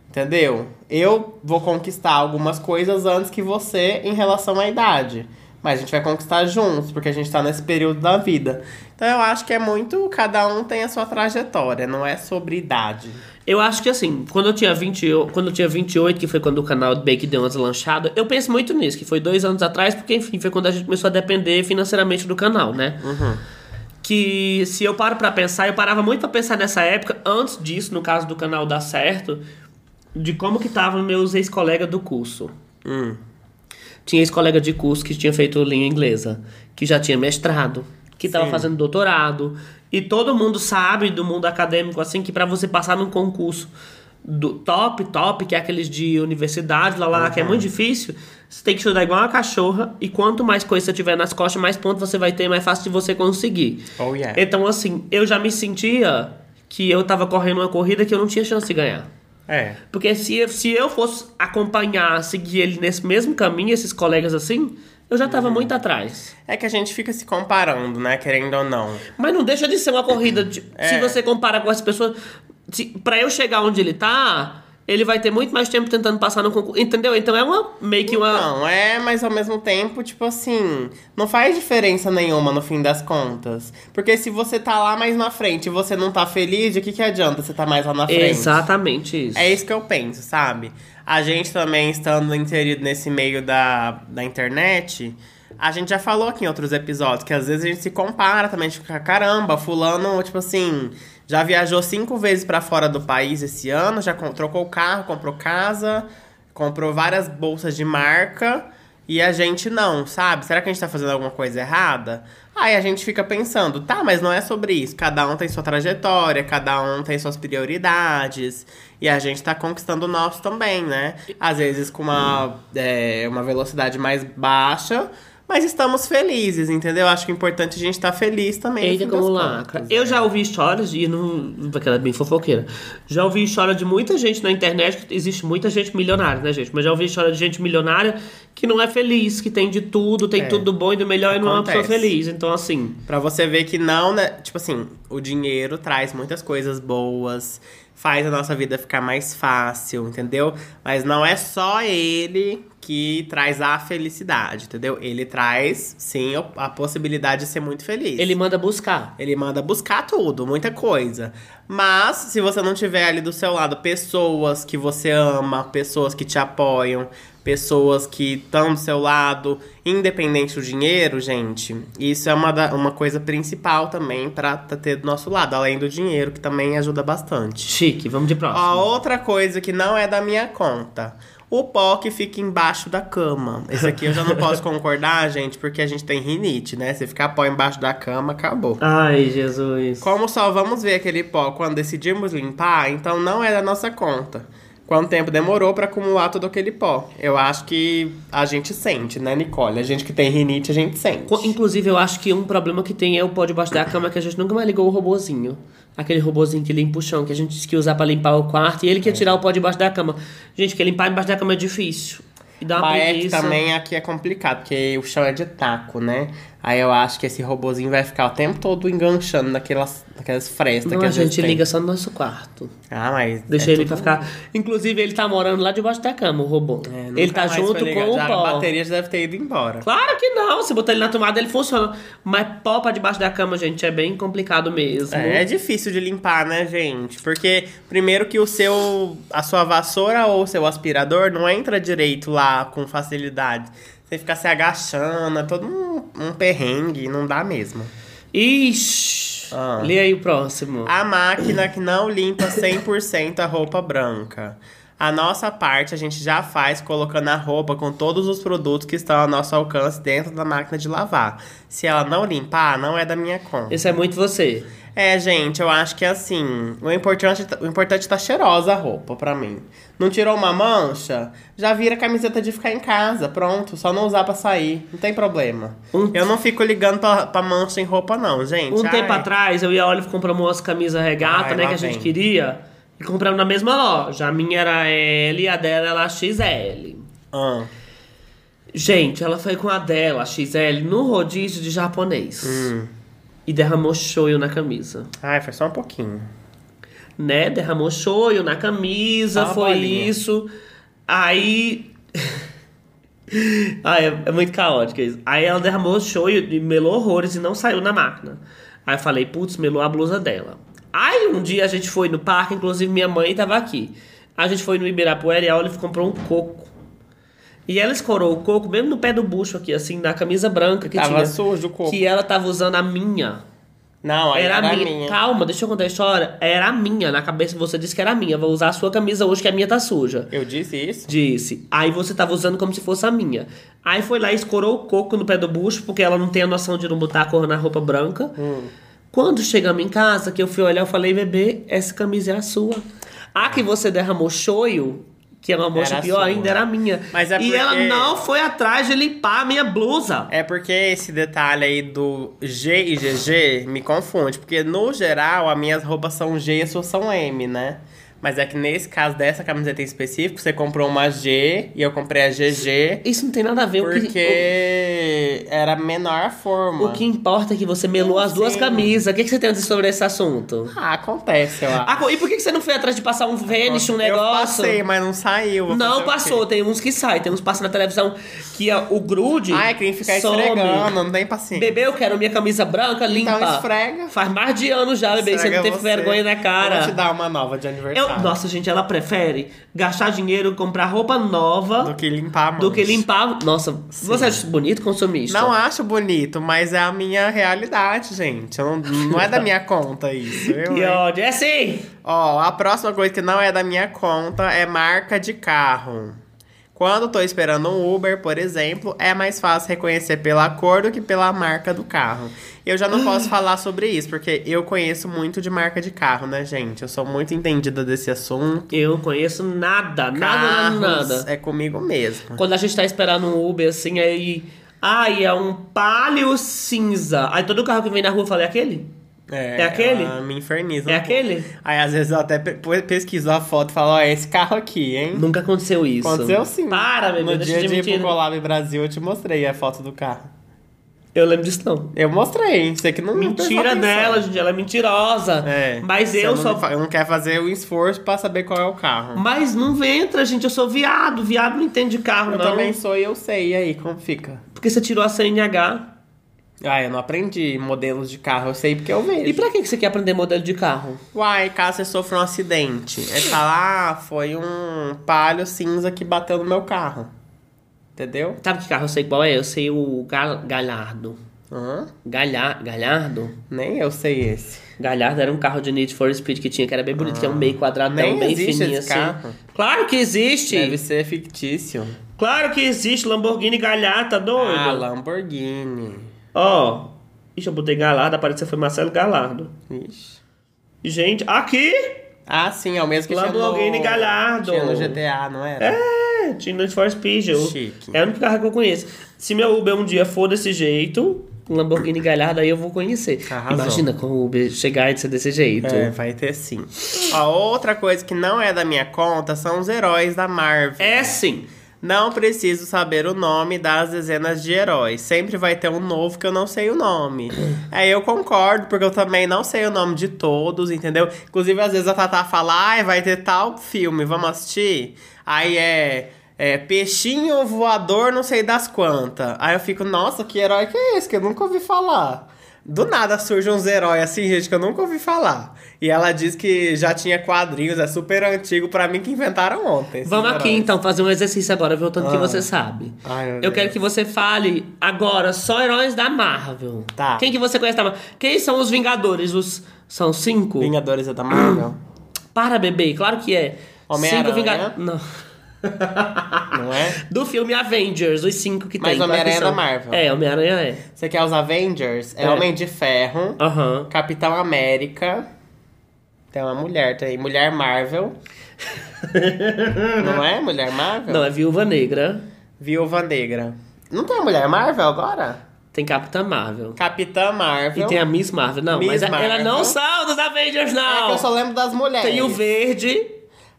[SPEAKER 2] Entendeu? Eu vou conquistar algumas coisas antes que você em relação à idade. Mas a gente vai conquistar juntos, porque a gente tá nesse período da vida. Então eu acho que é muito. Cada um tem a sua trajetória, não é sobre idade.
[SPEAKER 1] Eu acho que assim, quando eu tinha 20, eu- quando eu tinha 28, que foi quando o canal do Bake deu uma deslanchada, eu penso muito nisso, que foi dois anos atrás, porque enfim, foi quando a gente começou a depender financeiramente do canal, né?
[SPEAKER 2] Uhum.
[SPEAKER 1] Que se eu paro pra pensar, eu parava muito pra pensar nessa época, antes disso, no caso do canal dar certo, de como que estavam meus ex-colegas do curso.
[SPEAKER 2] Hum.
[SPEAKER 1] Tinha ex-colega de curso que tinha feito língua inglesa, que já tinha mestrado, que estava fazendo doutorado. E todo mundo sabe do mundo acadêmico, assim, que para você passar num concurso do top, top, que é aqueles de universidade, lá, lá, lá, que é muito difícil, você tem que estudar igual uma cachorra. E quanto mais coisa você tiver nas costas, mais ponto você vai ter, mais fácil de você conseguir.
[SPEAKER 2] Oh, yeah.
[SPEAKER 1] Então, assim, eu já me sentia que eu tava correndo uma corrida que eu não tinha chance de ganhar.
[SPEAKER 2] É.
[SPEAKER 1] Porque se, se eu fosse acompanhar, seguir ele nesse mesmo caminho, esses colegas assim, eu já
[SPEAKER 2] Uhum.
[SPEAKER 1] tava muito atrás.
[SPEAKER 2] É que a gente fica se comparando, né? Querendo ou não.
[SPEAKER 1] Mas não deixa de ser uma corrida. de-
[SPEAKER 2] É.
[SPEAKER 1] Se você compara com as pessoas. Se, pra eu chegar onde ele tá, ele vai ter muito mais tempo tentando passar no concurso. Entendeu? Então é uma meio que uma.
[SPEAKER 2] Não, é, mas ao mesmo tempo, tipo assim, não faz diferença nenhuma no fim das contas. Porque se você tá lá mais na frente e você não tá feliz, o que, que adianta você tá mais lá na frente?
[SPEAKER 1] Exatamente isso.
[SPEAKER 2] É isso que eu penso, sabe? A gente também estando inserido nesse meio da, da internet, a gente já falou aqui em outros episódios que às vezes a gente se compara também, a gente fica, caramba, fulano, tipo assim, já viajou cinco vezes pra fora do país esse ano, já com- trocou carro, comprou casa, comprou várias bolsas de marca. E a gente não, sabe? Será que a gente tá fazendo alguma coisa errada? Aí a gente fica pensando, tá, mas não é sobre isso. Cada um tem sua trajetória, cada um tem suas prioridades. E a gente tá conquistando o nosso também, né? Às vezes com uma, é, uma velocidade mais baixa, mas estamos felizes, entendeu? Acho que é importante a gente estar feliz também. no
[SPEAKER 1] Eita,
[SPEAKER 2] fim
[SPEAKER 1] como
[SPEAKER 2] das
[SPEAKER 1] lacra.
[SPEAKER 2] contas,
[SPEAKER 1] Eu
[SPEAKER 2] né?
[SPEAKER 1] já ouvi histórias, e não. Porque ela é bem fofoqueira. Já ouvi história de muita gente na internet, que existe muita gente milionária, né, gente? Mas já ouvi história de gente milionária que não é feliz, que tem de tudo, tem
[SPEAKER 2] É.
[SPEAKER 1] tudo do bom e do melhor e não é uma pessoa
[SPEAKER 2] Acontece.
[SPEAKER 1] feliz. Então, assim.
[SPEAKER 2] Pra você ver que não, né? Tipo assim, o dinheiro traz muitas coisas boas, faz a nossa vida ficar mais fácil, entendeu? Mas não é só ele que traz a felicidade, entendeu? Ele traz, sim, o- a possibilidade de ser muito feliz.
[SPEAKER 1] Ele manda buscar.
[SPEAKER 2] Ele manda buscar tudo, muita coisa. Mas, se você não tiver ali do seu lado pessoas que você ama, pessoas que te apoiam, pessoas que estão do seu lado, independente do dinheiro, gente, isso é uma, da- uma coisa principal também pra t- ter do nosso lado, além do dinheiro, que também ajuda bastante.
[SPEAKER 1] Chique, vamos de próximo.
[SPEAKER 2] A outra coisa que não é da minha conta. O pó que fica embaixo da cama. Esse aqui eu já não posso concordar, gente, porque a gente tem rinite, né? Se ficar pó embaixo da cama, acabou.
[SPEAKER 1] Ai, Jesus.
[SPEAKER 2] Como só vamos ver aquele pó quando decidirmos limpar, então não é da nossa conta. Quanto tempo demorou pra acumular todo aquele pó? Eu acho que a gente sente, né, Nicole? A gente que tem rinite, a gente sente.
[SPEAKER 1] Co- Inclusive, eu acho que um problema que tem é o pó debaixo da cama que a gente nunca mais ligou o robozinho. Aquele robozinho que limpa o chão, que a gente disse que ia usar pra limpar o quarto, e ele
[SPEAKER 2] É.
[SPEAKER 1] quer tirar o pó debaixo da cama. Gente, que limpar debaixo da cama é difícil. E dá uma
[SPEAKER 2] Mas é que
[SPEAKER 1] preguiça.
[SPEAKER 2] também aqui é complicado, porque o chão é de taco, né? Aí eu acho que esse robozinho vai ficar o tempo todo enganchando naquelas, naquelas frestas
[SPEAKER 1] Não,
[SPEAKER 2] é que
[SPEAKER 1] a
[SPEAKER 2] às vezes
[SPEAKER 1] gente
[SPEAKER 2] tem.
[SPEAKER 1] liga só no nosso quarto.
[SPEAKER 2] Ah, mas.
[SPEAKER 1] Deixa
[SPEAKER 2] é
[SPEAKER 1] ele pra
[SPEAKER 2] tudo-
[SPEAKER 1] ficar. Inclusive, ele tá morando lá debaixo da cama, o robô.
[SPEAKER 2] É, nunca
[SPEAKER 1] ele tá
[SPEAKER 2] mais foi
[SPEAKER 1] junto
[SPEAKER 2] ligado.
[SPEAKER 1] com o
[SPEAKER 2] Já A
[SPEAKER 1] pó.
[SPEAKER 2] bateria já deve ter ido embora.
[SPEAKER 1] Claro que não, se botar ele na tomada, ele funciona. Mas pó pra debaixo da cama, gente, é bem complicado mesmo.
[SPEAKER 2] É, é difícil de limpar, né, gente? Porque primeiro que o seu a sua vassoura ou o seu aspirador não entra direito lá com facilidade. Você fica se agachando, é todo um, um perrengue, não dá mesmo.
[SPEAKER 1] Ixi!
[SPEAKER 2] Ah.
[SPEAKER 1] Lê aí o próximo.
[SPEAKER 2] A máquina que não limpa 100% a é roupa branca. A nossa parte a gente já faz colocando a roupa com todos os produtos que estão ao nosso alcance dentro da máquina de lavar. Se ela não limpar, não é da minha conta.
[SPEAKER 1] Esse é muito você.
[SPEAKER 2] É, gente, eu acho que assim, o importante, o importante tá cheirosa a roupa pra mim. Não tirou uma mancha? Já vira camiseta de ficar em casa, pronto, só não usar pra sair, não tem problema.
[SPEAKER 1] Um-
[SPEAKER 2] Eu não fico ligando pra, pra mancha em roupa não, gente.
[SPEAKER 1] Um
[SPEAKER 2] Ai.
[SPEAKER 1] tempo atrás, eu e a Olive compramos umas camisas regata,
[SPEAKER 2] Ai,
[SPEAKER 1] né,
[SPEAKER 2] lá
[SPEAKER 1] que a gente
[SPEAKER 2] vem.
[SPEAKER 1] queria. E compramos na mesma loja. A minha era L e a dela era XL.
[SPEAKER 2] Ah,
[SPEAKER 1] Gente, ela foi com a dela, a XL, no rodízio de japonês.
[SPEAKER 2] Hum.
[SPEAKER 1] E derramou shoyu na camisa.
[SPEAKER 2] Ai, foi só um pouquinho.
[SPEAKER 1] Né? Derramou shoyu na camisa,
[SPEAKER 2] Só Ah, uma
[SPEAKER 1] foi
[SPEAKER 2] bolinha.
[SPEAKER 1] isso. Aí. <laughs> Ai, é, é muito caótico isso. Aí ela derramou shoyu e melou horrores e não saiu na máquina. Aí eu falei, putz, melou a blusa dela. Aí um dia a gente foi no parque, inclusive minha mãe tava aqui. A gente foi no Ibirapuera e a Olive comprou um coco. E ela escorou o coco mesmo no pé do bucho aqui, assim, na camisa branca que
[SPEAKER 2] Tava
[SPEAKER 1] tinha.
[SPEAKER 2] sujo o coco.
[SPEAKER 1] Que ela tava usando a minha.
[SPEAKER 2] Não, aí
[SPEAKER 1] Era,
[SPEAKER 2] era,
[SPEAKER 1] a minha. Tá.
[SPEAKER 2] minha.
[SPEAKER 1] Calma, deixa eu contar a história. Era a minha. Na cabeça você disse que era a minha. Vou usar a sua camisa hoje que a minha tá suja.
[SPEAKER 2] Eu disse isso?
[SPEAKER 1] Disse. Aí você tava usando como se fosse a minha. Aí foi lá e escorou o coco no pé do bucho, porque ela não tem a noção de não botar a cor na roupa branca.
[SPEAKER 2] Hum.
[SPEAKER 1] Quando chegamos em casa, que eu fui olhar, eu falei, bebê, essa camisa é a sua. A que você derramou shoyu, que é uma mocha
[SPEAKER 2] Ah. Era
[SPEAKER 1] pior
[SPEAKER 2] sua.
[SPEAKER 1] ainda, era a minha.
[SPEAKER 2] Mas é
[SPEAKER 1] E ela
[SPEAKER 2] porque-
[SPEAKER 1] não foi atrás de limpar a minha blusa.
[SPEAKER 2] É porque esse detalhe aí do G e GG me confunde, porque no geral as minhas roupas são G e as suas são M, né? Mas é que nesse caso dessa camiseta em específico, você comprou uma G e eu comprei a GG,
[SPEAKER 1] Isso não tem nada a ver. o que- o-
[SPEAKER 2] porque era menor a forma.
[SPEAKER 1] O que importa é que você melou as duas
[SPEAKER 2] Sim.
[SPEAKER 1] camisas. O que, que você tem a dizer sobre esse assunto?
[SPEAKER 2] Ah, acontece, eu acho.
[SPEAKER 1] Ah, e por que que você não foi atrás de passar um vênish, um
[SPEAKER 2] Eu
[SPEAKER 1] negócio?
[SPEAKER 2] passei, mas não saiu. vou fazer
[SPEAKER 1] não
[SPEAKER 2] o
[SPEAKER 1] passou,
[SPEAKER 2] quê?
[SPEAKER 1] tem uns que saem, tem uns que passam na televisão que ó, o grude.
[SPEAKER 2] Ah, é que nem ficar
[SPEAKER 1] some.
[SPEAKER 2] esfregando, não tem paciência. Então,
[SPEAKER 1] Bebê, eu quero minha camisa branca limpa.
[SPEAKER 2] esfrega.
[SPEAKER 1] Faz mais de ano já, bebê, você não
[SPEAKER 2] Estraga
[SPEAKER 1] teve vergonha na cara.
[SPEAKER 2] Vou te dar uma nova de
[SPEAKER 1] Eu-
[SPEAKER 2] aniversário.
[SPEAKER 1] nossa, gente, ela prefere gastar dinheiro, comprar roupa
[SPEAKER 2] Do
[SPEAKER 1] nova
[SPEAKER 2] que limpar a mão.
[SPEAKER 1] do que limpar. Nossa, você acha bonito consumista?
[SPEAKER 2] Não acho bonito, mas é a minha realidade, gente. Eu não, não é da
[SPEAKER 1] <laughs>
[SPEAKER 2] minha conta isso. eu,
[SPEAKER 1] Que
[SPEAKER 2] hein?
[SPEAKER 1] ódio. É assim!
[SPEAKER 2] Ó, a próxima coisa que não é da minha conta é marca de carro. Quando tô esperando um Uber, por exemplo, é mais fácil reconhecer pela cor do que pela marca do carro. Eu já
[SPEAKER 1] <gasps>
[SPEAKER 2] não posso falar sobre isso, porque eu conheço muito de marca de carro, né, gente? Eu sou muito entendida desse assunto.
[SPEAKER 1] Eu conheço nada, nada, nada,
[SPEAKER 2] Carros
[SPEAKER 1] nada.
[SPEAKER 2] É comigo mesmo.
[SPEAKER 1] Quando a gente tá esperando um Uber, assim, aí... Ai, é um palio cinza. Aí todo carro que vem na rua fala, é aquele? É aquele?
[SPEAKER 2] ela Me inferniza.
[SPEAKER 1] É
[SPEAKER 2] um pouco.
[SPEAKER 1] aquele?
[SPEAKER 2] Aí às vezes eu até pe- pe- pesquiso a foto e falo, ó, é esse carro aqui, hein?
[SPEAKER 1] Nunca aconteceu isso.
[SPEAKER 2] Aconteceu sim.
[SPEAKER 1] Para, bebê,
[SPEAKER 2] No
[SPEAKER 1] deixa
[SPEAKER 2] dia
[SPEAKER 1] de
[SPEAKER 2] de ir pro
[SPEAKER 1] mentira.
[SPEAKER 2] Collab Brasil, eu te mostrei a foto do carro.
[SPEAKER 1] Eu lembro disso não.
[SPEAKER 2] Eu mostrei, você que não não
[SPEAKER 1] Mentira
[SPEAKER 2] prestou atenção.
[SPEAKER 1] dela, gente. Ela é mentirosa.
[SPEAKER 2] É.
[SPEAKER 1] Mas
[SPEAKER 2] Você
[SPEAKER 1] eu
[SPEAKER 2] não
[SPEAKER 1] só...
[SPEAKER 2] fa- Eu não quero fazer o esforço pra saber qual é o carro.
[SPEAKER 1] Mas não entra, gente. Eu sou viado. Viado não entende de carro,
[SPEAKER 2] Eu
[SPEAKER 1] não.
[SPEAKER 2] também sou e eu sei. E aí, como fica?
[SPEAKER 1] Porque você tirou a CNH.
[SPEAKER 2] Ah, eu não aprendi modelos de carro, eu sei porque eu vejo.
[SPEAKER 1] E pra que que você quer aprender modelo de carro?
[SPEAKER 2] Uai, caso você sofra um acidente. É falar, ah, foi um palho cinza que bateu no meu carro. Entendeu?
[SPEAKER 1] Sabe que carro eu sei qual é? Eu sei o Gal- Galhardo.
[SPEAKER 2] Hã?
[SPEAKER 1] Galha- Galhardo?
[SPEAKER 2] Nem eu sei esse.
[SPEAKER 1] Galhardo era um carro de Need for Speed que tinha, que era bem bonito, que é um meio quadradão,
[SPEAKER 2] Nem
[SPEAKER 1] bem
[SPEAKER 2] existe
[SPEAKER 1] fininho
[SPEAKER 2] esse
[SPEAKER 1] assim.
[SPEAKER 2] carro.
[SPEAKER 1] Claro que existe!
[SPEAKER 2] Deve ser fictício.
[SPEAKER 1] Claro que existe Lamborghini Galhardo, tá
[SPEAKER 2] Ah,
[SPEAKER 1] doido?
[SPEAKER 2] Lamborghini.
[SPEAKER 1] Ó, ixi, eu botei Galhardo, apareceu foi Marcelo Galhardo.
[SPEAKER 2] Ixi.
[SPEAKER 1] Gente, aqui!
[SPEAKER 2] Ah, sim, é o mesmo que
[SPEAKER 1] Lamborghini
[SPEAKER 2] tinha no...
[SPEAKER 1] Gallardo.
[SPEAKER 2] Tinha no GTA, não era?
[SPEAKER 1] É, tinha Need for Speed. Eu,
[SPEAKER 2] Chique.
[SPEAKER 1] é o único carro que eu conheço. Se meu Uber um dia for desse jeito, um Lamborghini Galhardo, aí eu vou conhecer.
[SPEAKER 2] Arrasou.
[SPEAKER 1] Imagina como o Uber chegar e ser desse jeito.
[SPEAKER 2] É, vai ter sim. A outra coisa que não é da minha conta são os heróis da Marvel.
[SPEAKER 1] É sim.
[SPEAKER 2] Não preciso saber o nome das dezenas de heróis. Sempre vai ter um novo que eu não sei o
[SPEAKER 1] <clears throat>
[SPEAKER 2] nome. Aí eu concordo, porque eu também não sei o nome de todos, entendeu? Inclusive, às vezes a Tatá fala, ah, vai ter tal filme, vamos assistir? Aí é, é peixinho voador, não sei das quantas. Aí eu fico, nossa, que herói que é esse? Que eu nunca ouvi falar. Do nada surgem uns heróis assim, gente, que eu nunca ouvi falar. E ela diz que já tinha quadrinhos, é super antigo pra mim que inventaram ontem. esses
[SPEAKER 1] Vamos aqui
[SPEAKER 2] heróis.
[SPEAKER 1] então fazer um exercício agora, ver o tanto que
[SPEAKER 2] Ah.
[SPEAKER 1] você sabe.
[SPEAKER 2] Ai, meu
[SPEAKER 1] eu
[SPEAKER 2] Deus.
[SPEAKER 1] quero que você fale agora só heróis da Marvel.
[SPEAKER 2] Tá.
[SPEAKER 1] Quem que você conhece da Marvel? Quem são os Vingadores? Os são cinco?
[SPEAKER 2] Vingadores é da
[SPEAKER 1] <coughs>
[SPEAKER 2] Marvel?
[SPEAKER 1] Para bebê, claro que é.
[SPEAKER 2] Homem-Aranha?
[SPEAKER 1] Cinco Vingadores. Não.
[SPEAKER 2] não é?
[SPEAKER 1] Do filme Avengers, os cinco que
[SPEAKER 2] Mas
[SPEAKER 1] tem. claro que
[SPEAKER 2] Homem-Aranha é
[SPEAKER 1] são.
[SPEAKER 2] da Marvel.
[SPEAKER 1] É, Homem-Aranha é.
[SPEAKER 2] Você quer os Avengers? É,
[SPEAKER 1] É.
[SPEAKER 2] Homem de Ferro,
[SPEAKER 1] Aham.
[SPEAKER 2] Capitão América. Tem uma mulher também. Mulher Marvel. não é? Mulher Marvel?
[SPEAKER 1] Não, é Viúva Negra.
[SPEAKER 2] Viúva Negra. Não tem a Mulher Marvel agora?
[SPEAKER 1] Tem Capitã Marvel.
[SPEAKER 2] Capitã Marvel.
[SPEAKER 1] E tem a Miss Marvel. Não,
[SPEAKER 2] Então, Miss
[SPEAKER 1] mas a- ela
[SPEAKER 2] Marvel.
[SPEAKER 1] não saiu dos Avengers,
[SPEAKER 2] É que
[SPEAKER 1] não.
[SPEAKER 2] eu só lembro das mulheres.
[SPEAKER 1] Tem o verde.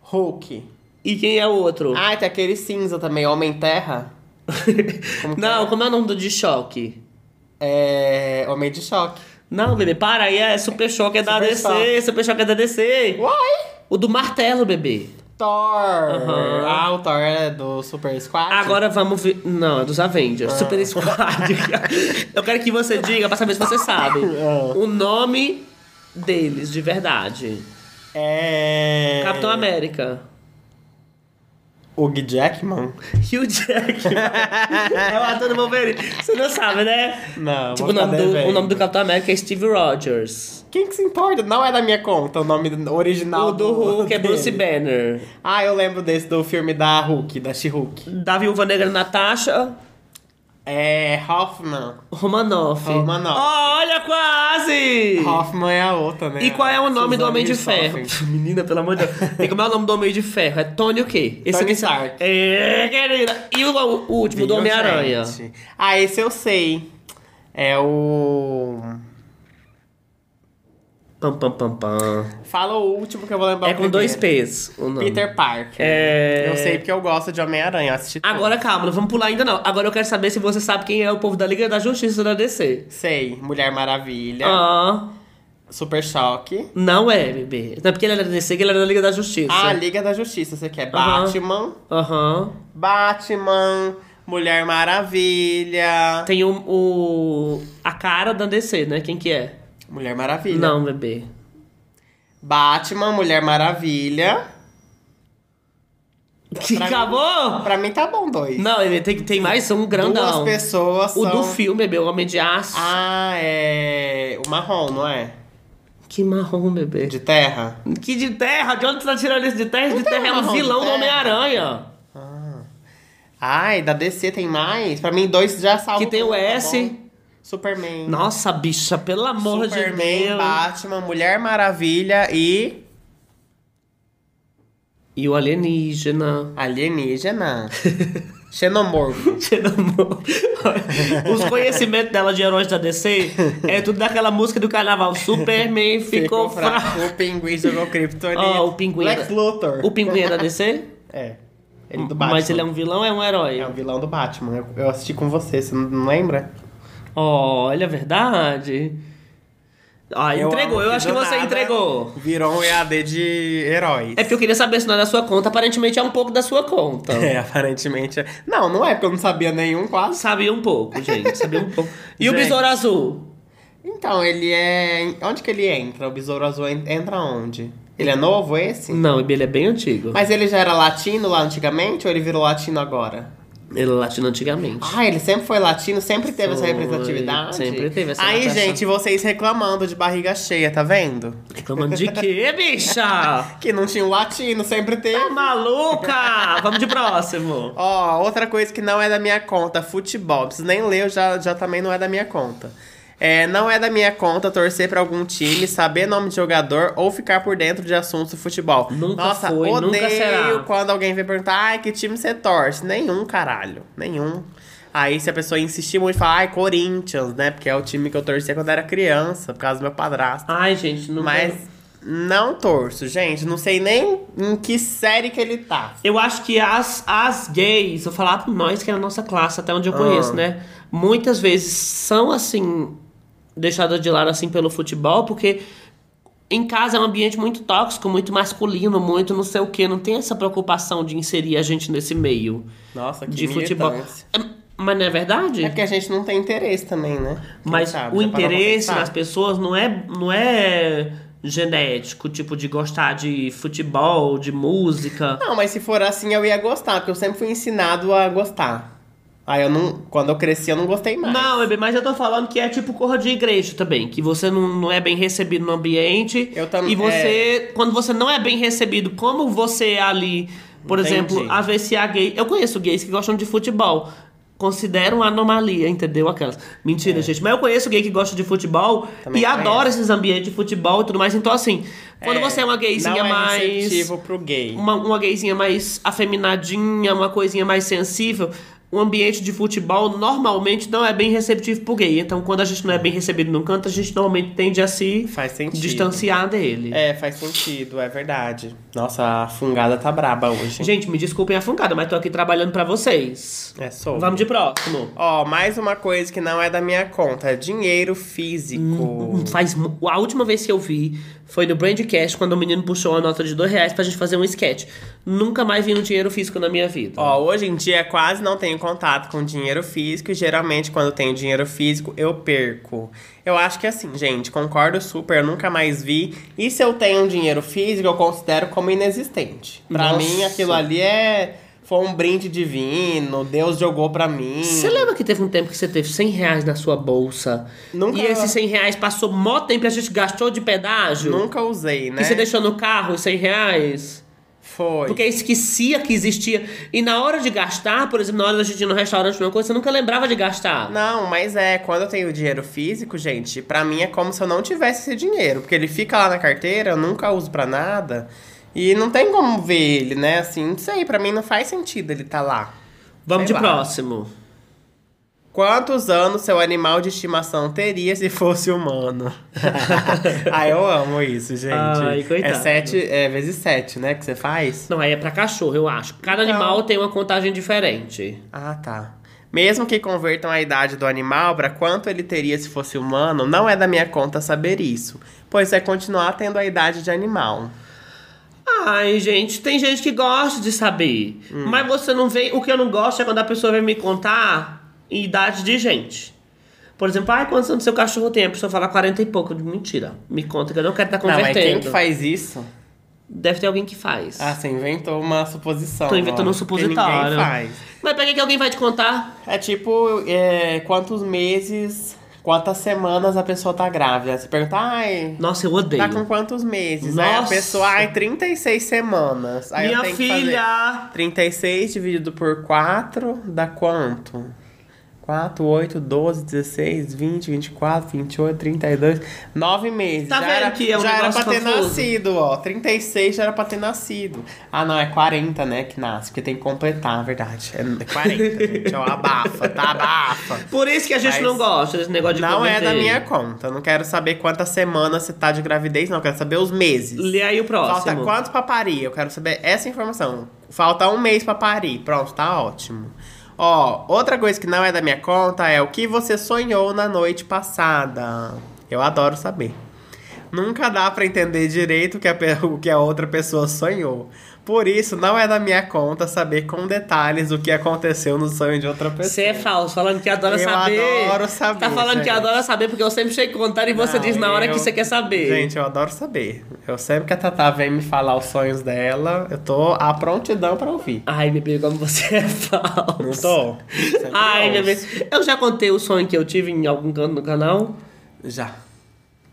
[SPEAKER 2] Hulk.
[SPEAKER 1] E quem é o outro?
[SPEAKER 2] Ah, e tem aquele cinza também. Homem-Terra. Como que
[SPEAKER 1] não,
[SPEAKER 2] é?
[SPEAKER 1] como é o nome do de choque?
[SPEAKER 2] É... Homem de Choque.
[SPEAKER 1] Não, bebê, para aí. É Super Choque é da
[SPEAKER 2] Super
[SPEAKER 1] DC.
[SPEAKER 2] Choque.
[SPEAKER 1] Super Choque é da DC.
[SPEAKER 2] Uai!
[SPEAKER 1] O do martelo, bebê.
[SPEAKER 2] Thor.
[SPEAKER 1] Aham.
[SPEAKER 2] Ah, o Thor é do Super Squad.
[SPEAKER 1] Agora vamos ver. Não, é dos
[SPEAKER 2] Ah.
[SPEAKER 1] Avengers. Super
[SPEAKER 2] <laughs>
[SPEAKER 1] Squad. Eu quero que você diga pra saber se você sabe.
[SPEAKER 2] Ah.
[SPEAKER 1] O nome deles, de verdade.
[SPEAKER 2] É.
[SPEAKER 1] Capitão América.
[SPEAKER 2] Hugh Jackman?
[SPEAKER 1] Hugh
[SPEAKER 2] <laughs>
[SPEAKER 1] Jackman. é o ator do Wolverine. Você não sabe, né?
[SPEAKER 2] Não,
[SPEAKER 1] Tipo,
[SPEAKER 2] vou
[SPEAKER 1] o nome,
[SPEAKER 2] ficar
[SPEAKER 1] do,
[SPEAKER 2] devendo.
[SPEAKER 1] o nome do Capitão América é Steve Rogers.
[SPEAKER 2] Quem que se importa? Não é da minha conta o nome original.
[SPEAKER 1] O do Hulk é
[SPEAKER 2] dele.
[SPEAKER 1] Bruce Banner.
[SPEAKER 2] Ah, eu lembro desse do filme da Hulk, da She-Hulk.
[SPEAKER 1] Da Viúva Negra, Natasha
[SPEAKER 2] É. Hoffman.
[SPEAKER 1] Romanoff.
[SPEAKER 2] Romanoff.
[SPEAKER 1] Oh, olha, quase!
[SPEAKER 2] Hoffman é a outra, né?
[SPEAKER 1] E qual é o nome
[SPEAKER 2] Seus
[SPEAKER 1] do Homem de
[SPEAKER 2] amigos
[SPEAKER 1] Ferro?
[SPEAKER 2] sofrem.
[SPEAKER 1] Menina, pelo amor de Deus. <laughs> E como é o nome do Homem de Ferro? É Tony o quê?
[SPEAKER 2] Tony
[SPEAKER 1] aqui sabe.
[SPEAKER 2] Stark.
[SPEAKER 1] É, querida. E o, o último, do
[SPEAKER 2] Viu,
[SPEAKER 1] Homem-Aranha.
[SPEAKER 2] gente? Ah, esse eu sei. É o.
[SPEAKER 1] Pam, pam, pam, pam.
[SPEAKER 2] Fala o último que eu vou lembrar
[SPEAKER 1] É com dois
[SPEAKER 2] primeiro.
[SPEAKER 1] P's o nome.
[SPEAKER 2] Peter Parker.
[SPEAKER 1] É.
[SPEAKER 2] Eu sei porque eu gosto de Homem-Aranha. eu Assisti tudo.
[SPEAKER 1] Agora calma, não vamos pular ainda não. Agora eu quero saber se você sabe quem é o povo da Liga da Justiça da DC.
[SPEAKER 2] Sei, Mulher Maravilha,
[SPEAKER 1] Ah,
[SPEAKER 2] Super Choque.
[SPEAKER 1] não é, bebê. Não é porque ele era da DC, que ele era da Liga da Justiça.
[SPEAKER 2] Ah, Liga da Justiça, você quer?
[SPEAKER 1] é. Aham.
[SPEAKER 2] Batman,
[SPEAKER 1] Aham.
[SPEAKER 2] Batman, Mulher Maravilha.
[SPEAKER 1] Tem o, o- A cara da DC, né? Quem que é?
[SPEAKER 2] Mulher Maravilha.
[SPEAKER 1] Não, bebê.
[SPEAKER 2] Batman, Mulher Maravilha.
[SPEAKER 1] Que
[SPEAKER 2] Pra mim-
[SPEAKER 1] acabou?
[SPEAKER 2] Pra mim tá bom dois.
[SPEAKER 1] Não, ele tem, tem mais um grandão.
[SPEAKER 2] Duas pessoas
[SPEAKER 1] O
[SPEAKER 2] são...
[SPEAKER 1] do filme, bebê, o Homem de Aço.
[SPEAKER 2] Ah, é... O marrom, não é?
[SPEAKER 1] Que marrom, bebê.
[SPEAKER 2] De terra.
[SPEAKER 1] Que de terra? De onde você tá tirando isso de terra? De
[SPEAKER 2] tem
[SPEAKER 1] terra é um
[SPEAKER 2] marrom de
[SPEAKER 1] vilão do
[SPEAKER 2] terra.
[SPEAKER 1] Homem-Aranha.
[SPEAKER 2] Ah. Ai, da DC tem mais? Pra mim dois já salvam.
[SPEAKER 1] Que tem o
[SPEAKER 2] tudo, tá
[SPEAKER 1] S.
[SPEAKER 2] bom? Superman.
[SPEAKER 1] Nossa, bicha, pelo amor de
[SPEAKER 2] Superman,
[SPEAKER 1] Deus.
[SPEAKER 2] Batman, Mulher Maravilha e...
[SPEAKER 1] E o alienígena. <laughs>
[SPEAKER 2] <laughs> Alienígena. Xenomorfo.
[SPEAKER 1] Os conhecimentos dela de heróis da DC é tudo daquela música do carnaval. Superman ficou, fraco.
[SPEAKER 2] O pinguim jogou Kryptonita.
[SPEAKER 1] Ó, o pinguim.
[SPEAKER 2] Lex Luthor.
[SPEAKER 1] O pinguim é da DC?
[SPEAKER 2] É. Ele é do Batman.
[SPEAKER 1] Mas ele é um vilão ou é um herói?
[SPEAKER 2] É o vilão do Batman. Eu, eu assisti com você, você não- não lembra?
[SPEAKER 1] Olha, é verdade. Ó,
[SPEAKER 2] Eu
[SPEAKER 1] entregou.
[SPEAKER 2] amo
[SPEAKER 1] Eu
[SPEAKER 2] que
[SPEAKER 1] acho que
[SPEAKER 2] do
[SPEAKER 1] você
[SPEAKER 2] nada
[SPEAKER 1] entregou.
[SPEAKER 2] Virou um EAD de heróis.
[SPEAKER 1] É porque eu queria saber se não é da sua conta. Aparentemente é um pouco da sua conta.
[SPEAKER 2] <laughs> É, aparentemente. é. Não, não é, porque eu não sabia nenhum quase.
[SPEAKER 1] Sabia um pouco, gente. Sabia um pouco. E o
[SPEAKER 2] Gente.
[SPEAKER 1] Besouro Azul?
[SPEAKER 2] Então, ele é. Onde que ele entra? O Besouro Azul en- entra onde? Ele é novo esse?
[SPEAKER 1] Não, ele é bem antigo.
[SPEAKER 2] Mas ele já era latino lá antigamente ou ele virou latino agora?
[SPEAKER 1] Ele é latino antigamente.
[SPEAKER 2] Ah, ele sempre foi latino, sempre teve essa
[SPEAKER 1] Foi,
[SPEAKER 2] representatividade.
[SPEAKER 1] sempre teve essa
[SPEAKER 2] Aí,
[SPEAKER 1] representação.
[SPEAKER 2] gente, vocês reclamando de barriga cheia, tá vendo?
[SPEAKER 1] Reclamando de quê,
[SPEAKER 2] <laughs>
[SPEAKER 1] bicha?
[SPEAKER 2] Que não tinha o latino, sempre
[SPEAKER 1] Tá
[SPEAKER 2] teve.
[SPEAKER 1] maluca? Vamos de próximo.
[SPEAKER 2] Ó, outra coisa que não é da minha conta, futebol. Preciso nem ler, eu já, já também não é da minha conta. É, não é da minha conta torcer pra algum time, saber nome de jogador ou ficar por dentro de assuntos do futebol.
[SPEAKER 1] Nunca
[SPEAKER 2] Nossa,
[SPEAKER 1] foi,
[SPEAKER 2] odeio
[SPEAKER 1] nunca será.
[SPEAKER 2] quando alguém vem perguntar, ai, que time você torce? Nenhum, caralho. Nenhum. Aí se a pessoa insistir muito, fala, ai, Corinthians, né? Porque é o time que eu torcia quando era criança, por causa do meu padrasto.
[SPEAKER 1] Ai, gente, não.
[SPEAKER 2] Mas não torço, gente. Não sei nem em que série que ele tá.
[SPEAKER 1] Eu acho que as, as gays, vou falar por nós, que é a nossa classe, até onde eu
[SPEAKER 2] Ah.
[SPEAKER 1] conheço, né? Muitas vezes são, assim, deixadas de lado, assim, pelo futebol, porque em casa é um ambiente muito tóxico, muito masculino, muito não sei o quê. Não tem essa preocupação de inserir a gente nesse meio
[SPEAKER 2] Nossa, que
[SPEAKER 1] de futebol.
[SPEAKER 2] militância.
[SPEAKER 1] É, Mas não é verdade?
[SPEAKER 2] É porque a gente não tem interesse também, né? Quem
[SPEAKER 1] Mas
[SPEAKER 2] sabe,
[SPEAKER 1] o
[SPEAKER 2] já parou pra
[SPEAKER 1] interesse
[SPEAKER 2] pensar?
[SPEAKER 1] nas pessoas não é, não é genético, tipo de gostar de futebol, de música.
[SPEAKER 2] Não, mas se for assim eu ia gostar, porque eu sempre fui ensinado a gostar. Aí eu não. Quando eu cresci, eu não gostei mais.
[SPEAKER 1] Não, bebê, mas eu tô falando que é tipo corra de igreja também. Que você não, não é bem recebido no ambiente.
[SPEAKER 2] Eu tam-
[SPEAKER 1] E você, quando você não é bem recebido, como você é ali, por
[SPEAKER 2] Entendi.
[SPEAKER 1] exemplo, a ver se há gay. Eu conheço gays que gostam de futebol. Consideram anomalia, entendeu? Aquelas. Mentira, gente. Mas eu conheço gay que gosta de futebol
[SPEAKER 2] É. Também
[SPEAKER 1] e
[SPEAKER 2] conheço.
[SPEAKER 1] adora esses ambientes de futebol e tudo mais. Então, assim, quando
[SPEAKER 2] É,
[SPEAKER 1] você é uma gayzinha
[SPEAKER 2] não é
[SPEAKER 1] mais um
[SPEAKER 2] incentivo pro gay.
[SPEAKER 1] uma, uma gayzinha mais afeminadinha, uma coisinha mais sensível, o ambiente de futebol normalmente não é bem receptivo pro gay. Então, quando a gente não é bem recebido num canto, a gente normalmente tende a se
[SPEAKER 2] Faz sentido.
[SPEAKER 1] distanciar dele.
[SPEAKER 2] É, faz sentido, é verdade. Nossa, a fungada tá braba hoje.
[SPEAKER 1] Gente, me desculpem a fungada, mas tô aqui trabalhando pra vocês.
[SPEAKER 2] É sobre.
[SPEAKER 1] Vamos de próximo.
[SPEAKER 2] Ó, mais uma coisa que não é da minha conta: é dinheiro físico.
[SPEAKER 1] Hum, Faz, mu- a última vez que eu vi foi no Brandcast, quando o menino puxou uma nota de dois reais pra gente fazer um sketch. Nunca mais vi no dinheiro físico na minha vida.
[SPEAKER 2] Ó, hoje em dia quase não tenho contato com dinheiro físico e geralmente quando tenho dinheiro físico eu perco. Eu acho que assim, gente, concordo super, eu nunca mais vi. E se eu tenho um dinheiro físico, eu considero como inexistente. Pra
[SPEAKER 1] Nossa.
[SPEAKER 2] mim, aquilo ali é. Foi um brinde divino, Deus jogou pra mim.
[SPEAKER 1] Você lembra que teve um tempo que você teve 100 reais na sua bolsa?
[SPEAKER 2] Nunca-
[SPEAKER 1] E esses 100 reais passou mó tempo e a gente gastou de pedágio?
[SPEAKER 2] Nunca usei, né?
[SPEAKER 1] Que você deixou no carro os 100 reais?
[SPEAKER 2] Foi.
[SPEAKER 1] Porque esquecia que existia. E na hora de gastar, por exemplo, na hora da gente ir no restaurante, uma coisa, você nunca lembrava de gastar.
[SPEAKER 2] Não, mas é, quando eu tenho dinheiro físico, gente, pra mim é como se eu não tivesse esse dinheiro, porque ele fica lá na carteira, eu nunca uso pra nada. E não tem como ver ele, né? Assim, não sei, pra mim não faz sentido ele tá lá.
[SPEAKER 1] Vamos de
[SPEAKER 2] sei lá.
[SPEAKER 1] próximo.
[SPEAKER 2] Quantos anos seu animal de estimação teria se fosse humano? <laughs> ah, eu amo isso, gente.
[SPEAKER 1] Ai, coitado.
[SPEAKER 2] É sete, é vezes sete, né, que você faz?
[SPEAKER 1] Não, aí é pra cachorro, eu acho. Cada
[SPEAKER 2] Então.
[SPEAKER 1] animal tem uma contagem diferente.
[SPEAKER 2] Ah, tá. Mesmo que convertam a idade do animal para quanto ele teria se fosse humano, não é da minha conta saber isso, pois é continuar tendo a idade de animal.
[SPEAKER 1] Ai, gente, tem gente que gosta de saber.
[SPEAKER 2] Hum.
[SPEAKER 1] Mas você não vem. O que eu não gosto é quando a pessoa vem me contar em idade de gente. Por exemplo, ai, quantos anos seu cachorro tem? A pessoa fala 40 e pouco. Eu digo, Mentira, me conta que eu não quero estar
[SPEAKER 2] Não, mas
[SPEAKER 1] convertendo.
[SPEAKER 2] quem que faz isso?
[SPEAKER 1] Deve ter alguém que faz.
[SPEAKER 2] Ah, você inventou uma suposição.
[SPEAKER 1] Tô inventando
[SPEAKER 2] ó,
[SPEAKER 1] um
[SPEAKER 2] que
[SPEAKER 1] supositório.
[SPEAKER 2] Ninguém faz.
[SPEAKER 1] Mas pra que que alguém vai te contar?
[SPEAKER 2] É tipo, é, quantos meses, quantas semanas a pessoa tá grávida. Você pergunta, ai,
[SPEAKER 1] Nossa, eu odeio.
[SPEAKER 2] tá com quantos meses? Aí a
[SPEAKER 1] Nossa.
[SPEAKER 2] pessoa, ai, 36 semanas. Aí eu
[SPEAKER 1] Minha
[SPEAKER 2] tenho que fazer-
[SPEAKER 1] filha!
[SPEAKER 2] 36 dividido por 4 dá quanto? 4, 8, 12, 16, 20, 24, 28, 32, 9 meses.
[SPEAKER 1] Tá
[SPEAKER 2] já
[SPEAKER 1] vendo
[SPEAKER 2] era,
[SPEAKER 1] que é um
[SPEAKER 2] Já era pra
[SPEAKER 1] negócio
[SPEAKER 2] ter
[SPEAKER 1] confuso?
[SPEAKER 2] nascido, ó. 36 já era pra ter nascido. Ah, não, é 40, né, que nasce, porque tem que completar, na verdade. É 40, <laughs> gente, ó, abafa, tá, abafa.
[SPEAKER 1] Por isso que a gente
[SPEAKER 2] Mas
[SPEAKER 1] não gosta desse negócio de
[SPEAKER 2] Não é
[SPEAKER 1] converter.
[SPEAKER 2] da minha conta. Eu Não quero saber quantas semanas você tá de gravidez, não. Eu quero saber os meses.
[SPEAKER 1] Lê aí o próximo.
[SPEAKER 2] Falta quantos pra parir? Eu quero saber essa informação. Falta um mês pra parir. Pronto, tá ótimo. Ó, outra coisa que não é da minha conta é o que você sonhou na noite passada. Eu adoro saber. Nunca dá pra entender direito o que, a, pe- <laughs> o que a outra pessoa sonhou. Por isso, não é da minha conta saber com detalhes o que aconteceu no sonho de outra pessoa.
[SPEAKER 1] Você é falso, falando que adora
[SPEAKER 2] Eu
[SPEAKER 1] saber.
[SPEAKER 2] adoro saber,
[SPEAKER 1] Tá falando que
[SPEAKER 2] gente.
[SPEAKER 1] adora saber porque eu sempre chego contando e você
[SPEAKER 2] Não,
[SPEAKER 1] diz na hora
[SPEAKER 2] Ah, eu-
[SPEAKER 1] que você quer saber.
[SPEAKER 2] Gente, eu adoro saber. Eu sempre que a Tatá vem me falar os sonhos dela, eu tô à prontidão pra ouvir.
[SPEAKER 1] Ai, bebê, como você é falso.
[SPEAKER 2] Não tô? Sempre
[SPEAKER 1] Ai,
[SPEAKER 2] ouço.
[SPEAKER 1] bebê. Eu já contei o sonho que eu tive em algum canto no canal.
[SPEAKER 2] Já.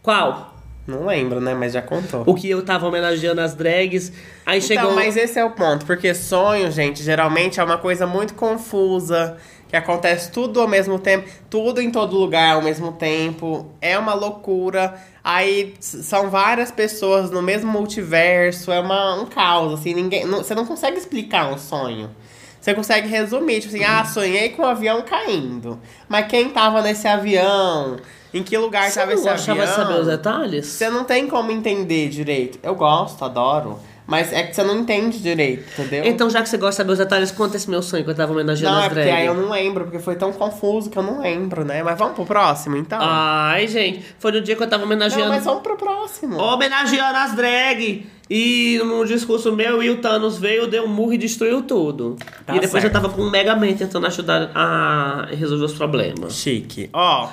[SPEAKER 1] Qual?
[SPEAKER 2] Não lembro, né? Mas já contou.
[SPEAKER 1] O que eu tava homenageando as drags. Aí chegou.
[SPEAKER 2] Então, mas esse é o ponto, porque sonho, gente, geralmente é uma coisa muito confusa, que acontece tudo ao mesmo tempo, tudo em todo lugar ao mesmo tempo, é uma loucura. Aí s- são várias pessoas no mesmo multiverso, é uma, um caos, assim, ninguém, não- você não consegue explicar um sonho. Você consegue resumir, tipo assim, ah, sonhei com um avião caindo. Mas quem tava nesse avião? Em que lugar
[SPEAKER 1] Você
[SPEAKER 2] tava
[SPEAKER 1] não
[SPEAKER 2] esse
[SPEAKER 1] gostava
[SPEAKER 2] avião?
[SPEAKER 1] de saber os detalhes?
[SPEAKER 2] Você não tem como entender direito. Eu gosto, adoro. Mas é que você não entende direito, entendeu?
[SPEAKER 1] Então, já que você gosta de saber os detalhes, conta esse meu sonho que eu tava homenageando
[SPEAKER 2] não, é
[SPEAKER 1] as
[SPEAKER 2] porque
[SPEAKER 1] drags.
[SPEAKER 2] aí eu não lembro, porque foi tão confuso que eu não lembro, né? Mas vamos pro próximo, então.
[SPEAKER 1] Ai, gente, foi no dia que eu tava homenageando.
[SPEAKER 2] não, mas vamos pro próximo.
[SPEAKER 1] Homenageando as drag. E num discurso meu, e o Thanos veio, deu um murro e destruiu tudo.
[SPEAKER 2] Tá
[SPEAKER 1] e depois
[SPEAKER 2] certo.
[SPEAKER 1] eu tava com o Mega Man tentando ajudar a resolver os problemas.
[SPEAKER 2] Chique. Ó,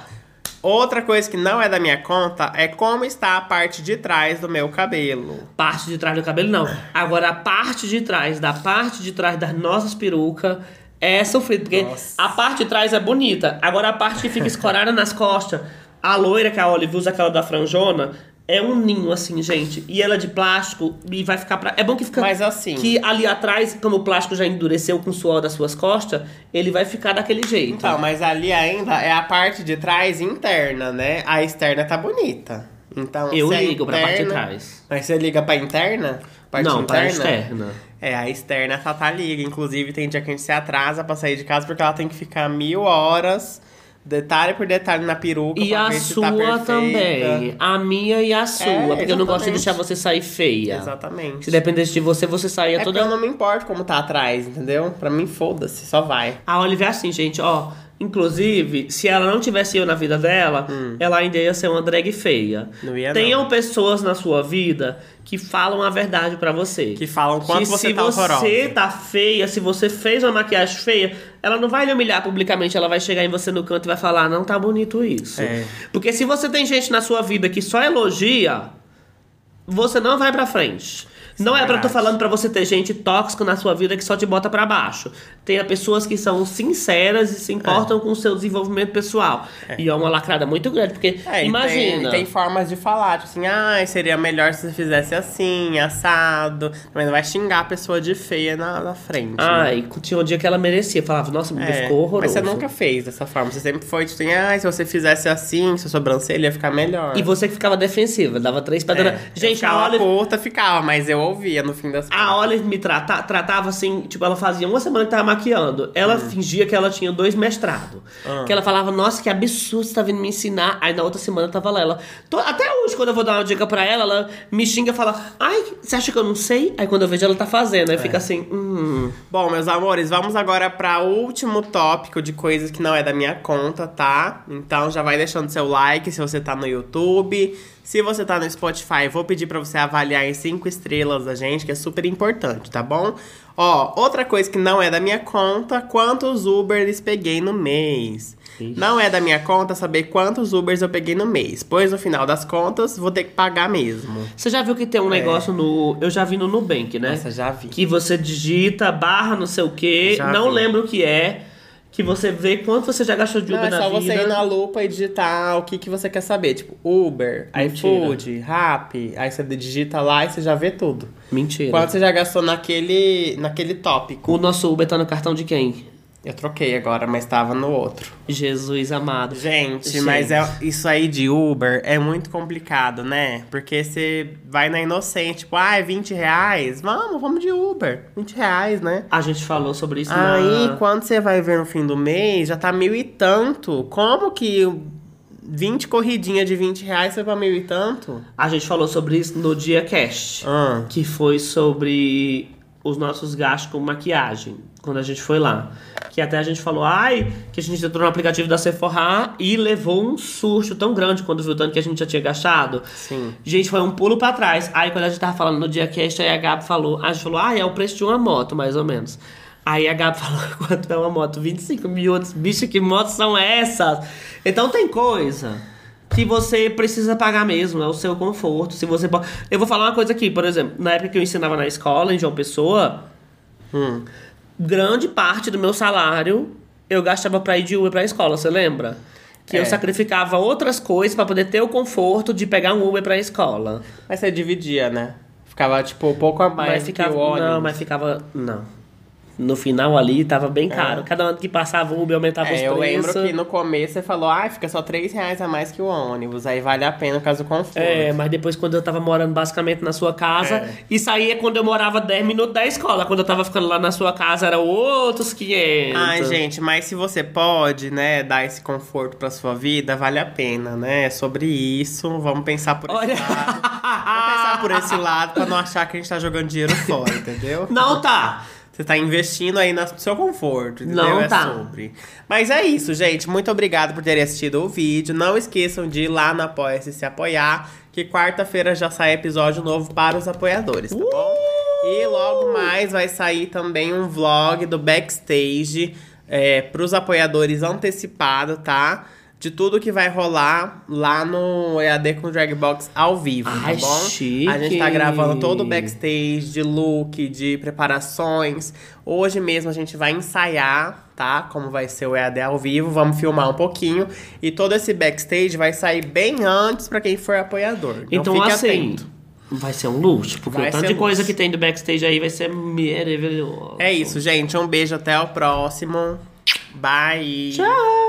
[SPEAKER 2] outra coisa que não é da minha conta é como está a parte de trás do meu cabelo.
[SPEAKER 1] Parte de trás do cabelo, não. Agora, a parte de trás, da parte de trás das nossas perucas, é sofrido. Porque
[SPEAKER 2] Nossa.
[SPEAKER 1] a parte de trás é bonita. Agora, a parte que fica escorada nas costas, a loira que a Olive usa, aquela da franjona, é um ninho, assim, gente. E ela é de plástico e vai ficar pra... É bom que fica...
[SPEAKER 2] Mas assim-
[SPEAKER 1] Que ali atrás, como o plástico já endureceu com o suor das suas costas, ele vai ficar daquele jeito.
[SPEAKER 2] Então, mas ali ainda é a parte de trás interna, né? A externa tá bonita. Então,
[SPEAKER 1] Eu
[SPEAKER 2] se é
[SPEAKER 1] ligo pra parte de
[SPEAKER 2] interna-
[SPEAKER 1] trás.
[SPEAKER 2] Mas você liga pra interna? Parte
[SPEAKER 1] não,
[SPEAKER 2] interna?
[SPEAKER 1] para a externa.
[SPEAKER 2] É, a externa a Tatá liga. Inclusive, tem dia que a gente se atrasa pra sair de casa porque ela tem que ficar mil horas, detalhe por detalhe na peruca.
[SPEAKER 1] E
[SPEAKER 2] pra
[SPEAKER 1] a
[SPEAKER 2] ver se tá
[SPEAKER 1] sua
[SPEAKER 2] perfeita. É,
[SPEAKER 1] também. A minha e a sua. porque eu não gosto de
[SPEAKER 2] exatamente.
[SPEAKER 1] deixar você sair feia. Se
[SPEAKER 2] Exatamente.
[SPEAKER 1] dependesse de você, você saía
[SPEAKER 2] É porque
[SPEAKER 1] toda.
[SPEAKER 2] eu não me importo como tá atrás, entendeu? Pra mim, foda-se, só vai.
[SPEAKER 1] A Olive é assim, gente, ó. Inclusive, se ela não tivesse eu na vida dela, ela ainda ia ser uma drag feia.
[SPEAKER 2] Hum. Não ia, não.
[SPEAKER 1] Tenham pessoas na sua vida que falam a verdade pra você.
[SPEAKER 2] Que falam quanto
[SPEAKER 1] que
[SPEAKER 2] você
[SPEAKER 1] se
[SPEAKER 2] tá horrorosa.
[SPEAKER 1] você tá feia, se você fez uma maquiagem feia, ela não vai lhe humilhar publicamente, ela vai chegar em você no canto e vai falar, não tá bonito isso.
[SPEAKER 2] É.
[SPEAKER 1] Porque se você tem gente na sua vida que só elogia, você não vai pra frente. não
[SPEAKER 2] é
[SPEAKER 1] é pra eu tô
[SPEAKER 2] verdade.
[SPEAKER 1] falando pra você ter gente tóxica na sua vida que só te bota pra baixo. Tenha pessoas que são sinceras e se
[SPEAKER 2] É.
[SPEAKER 1] importam com o seu desenvolvimento pessoal. E é uma lacrada muito grande, porque
[SPEAKER 2] É, e tem-
[SPEAKER 1] imagina.
[SPEAKER 2] Tem, formas de falar, tipo assim, ah, seria melhor se você fizesse assim, assado. Mas não vai xingar a pessoa de feia na, na frente. né?
[SPEAKER 1] Ai, tinha um dia que ela merecia. Falava, nossa, me
[SPEAKER 2] É,
[SPEAKER 1] ficou horroroso.
[SPEAKER 2] Mas você nunca fez dessa forma. Você sempre foi, tipo, assim, ah, se você fizesse assim, sua sobrancelha ia ficar melhor.
[SPEAKER 1] E você que ficava defensiva, dava três pedradas.
[SPEAKER 2] É, eu
[SPEAKER 1] Gente, a
[SPEAKER 2] ficava
[SPEAKER 1] Olive,
[SPEAKER 2] puta, ficava, mas eu ouvia no fim das
[SPEAKER 1] a Olive me trata, tratava assim, tipo, ela fazia uma semana que tava maquiando. Ela
[SPEAKER 2] Hum.
[SPEAKER 1] fingia que ela tinha dois mestrados.
[SPEAKER 2] Ah.
[SPEAKER 1] Que ela falava, nossa, que absurdo, você tá vindo me ensinar. Aí na outra semana tava lá ela. "Tô- até hoje, quando eu vou dar uma dica pra ela, ela me xinga e fala, ai, você acha que eu não sei? Aí quando eu vejo ela tá fazendo, aí
[SPEAKER 2] É.
[SPEAKER 1] fica assim, hum.
[SPEAKER 2] Bom, meus amores, vamos agora para o último tópico de coisas que não é da minha conta, tá? Então já vai deixando seu like se você tá no YouTube. Se você tá no Spotify, vou pedir para você avaliar em cinco estrelas a gente, que é super importante, tá bom? Ó, outra coisa que não é da minha conta, quantos Ubers peguei no mês?
[SPEAKER 1] Ixi.
[SPEAKER 2] Não é da minha conta saber quantos Ubers eu peguei no mês, pois no final das contas vou ter que pagar mesmo.
[SPEAKER 1] Você já viu que tem um
[SPEAKER 2] É.
[SPEAKER 1] negócio no. Eu já vi no Nubank, né?
[SPEAKER 2] Nossa, já vi.
[SPEAKER 1] Que você digita barra não sei o quê,
[SPEAKER 2] Já
[SPEAKER 1] não
[SPEAKER 2] vi.
[SPEAKER 1] lembro o que é, que você vê quanto você já gastou de
[SPEAKER 2] Não,
[SPEAKER 1] Uber
[SPEAKER 2] é só
[SPEAKER 1] na
[SPEAKER 2] você ir
[SPEAKER 1] vida.
[SPEAKER 2] na lupa e digitar o que, que você quer saber. Tipo, Uber,
[SPEAKER 1] Mentira.
[SPEAKER 2] iFood, Rap. Aí você digita lá e você já vê tudo.
[SPEAKER 1] Mentira.
[SPEAKER 2] Quanto você já gastou naquele, naquele tópico?
[SPEAKER 1] O nosso Uber tá no cartão de quem?
[SPEAKER 2] Eu troquei agora, mas tava no outro.
[SPEAKER 1] Jesus amado.
[SPEAKER 2] Gente,
[SPEAKER 1] Gente.
[SPEAKER 2] mas é, isso aí de Uber é muito complicado, né? Porque você vai na inocente, tipo, ah, é 20 reais? Vamos, vamos de Uber. 20 reais, né?
[SPEAKER 1] A gente falou sobre isso
[SPEAKER 2] Aí,
[SPEAKER 1] na...
[SPEAKER 2] quando você vai ver no fim do mês, já tá mil e tanto. Como que 20 corridinhas de 20 reais foi pra mil e tanto?
[SPEAKER 1] A gente falou sobre isso no dia cast.
[SPEAKER 2] Ah.
[SPEAKER 1] Que foi sobre os nossos gastos com maquiagem, quando a gente foi lá. Que até a gente falou, ai, que a gente entrou no aplicativo da Sephora e levou um susto tão grande quando viu o tanto que a gente já tinha gastado.
[SPEAKER 2] Sim.
[SPEAKER 1] Gente, foi um pulo pra trás. Aí quando a gente tava falando no dia que a, a Gabi falou, a gente falou, ah, é o preço de uma moto, mais ou menos. Aí a Gabi <laughs> falou, quanto é uma moto? 25 mil outros. Bicho, que motos são essas? Então tem coisa que você precisa pagar mesmo, é o seu conforto. Se você pode... Eu vou falar uma coisa aqui, por exemplo, na época que eu ensinava na escola, em João Pessoa,
[SPEAKER 2] Hum.
[SPEAKER 1] grande parte do meu salário eu gastava pra ir de Uber pra escola, você lembra? Que
[SPEAKER 2] É.
[SPEAKER 1] eu sacrificava outras coisas pra poder ter o conforto de pegar um Uber pra escola.
[SPEAKER 2] Mas você dividia, né? Ficava, tipo, um pouco a mais
[SPEAKER 1] mas
[SPEAKER 2] do
[SPEAKER 1] ficava,
[SPEAKER 2] que o ônibus.
[SPEAKER 1] não, mas ficava, não. No final ali tava bem caro. Cada ano que passava o Uber aumentava os
[SPEAKER 2] É, eu lembro
[SPEAKER 1] preços.
[SPEAKER 2] que no começo você falou, ah, fica só 3 reais a mais que o ônibus, aí vale a pena caso conforto.
[SPEAKER 1] É, mas depois quando eu tava morando basicamente na sua casa,
[SPEAKER 2] É.
[SPEAKER 1] isso aí é quando eu morava 10 minutos da escola. Quando eu tava ficando lá na sua casa, era outros 500.
[SPEAKER 2] Ai, gente, mas se você pode, né, dar esse conforto pra sua vida, vale a pena, né? É sobre isso, vamos pensar por
[SPEAKER 1] Olha.
[SPEAKER 2] esse lado. Vamos pensar por esse lado pra não achar que a gente tá jogando dinheiro
[SPEAKER 1] <laughs>
[SPEAKER 2] fora, entendeu?
[SPEAKER 1] Não tá.
[SPEAKER 2] Você tá investindo aí no seu conforto, entendeu?
[SPEAKER 1] Não
[SPEAKER 2] é
[SPEAKER 1] tá.
[SPEAKER 2] sobre. Mas é isso, gente. Muito obrigado por terem assistido o vídeo. Não esqueçam de ir lá no Apoia-se se apoiar, que quarta-feira já sai episódio novo para os apoiadores, tá bom?
[SPEAKER 1] Uh!
[SPEAKER 2] E logo mais vai sair também um vlog do backstage é, pros apoiadores antecipado, tá? De tudo que vai rolar lá no EAD com Dragbox ao vivo,
[SPEAKER 1] Ai,
[SPEAKER 2] tá bom? A gente tá
[SPEAKER 1] chique.
[SPEAKER 2] gravando todo o backstage backstage, de look, de preparações. Hoje mesmo a gente vai ensaiar, tá? Como vai ser o EAD ao vivo, vamos filmar um pouquinho. E todo esse backstage vai sair bem antes pra quem for apoiador.
[SPEAKER 1] Então,
[SPEAKER 2] fique
[SPEAKER 1] assim,
[SPEAKER 2] atento.
[SPEAKER 1] vai ser um luxo, porque
[SPEAKER 2] Vai
[SPEAKER 1] o tanto
[SPEAKER 2] ser
[SPEAKER 1] de coisa
[SPEAKER 2] luxo.
[SPEAKER 1] que tem do backstage aí vai ser maravilhoso.
[SPEAKER 2] É isso, gente. Um beijo, até o próximo. Bye!
[SPEAKER 1] Tchau.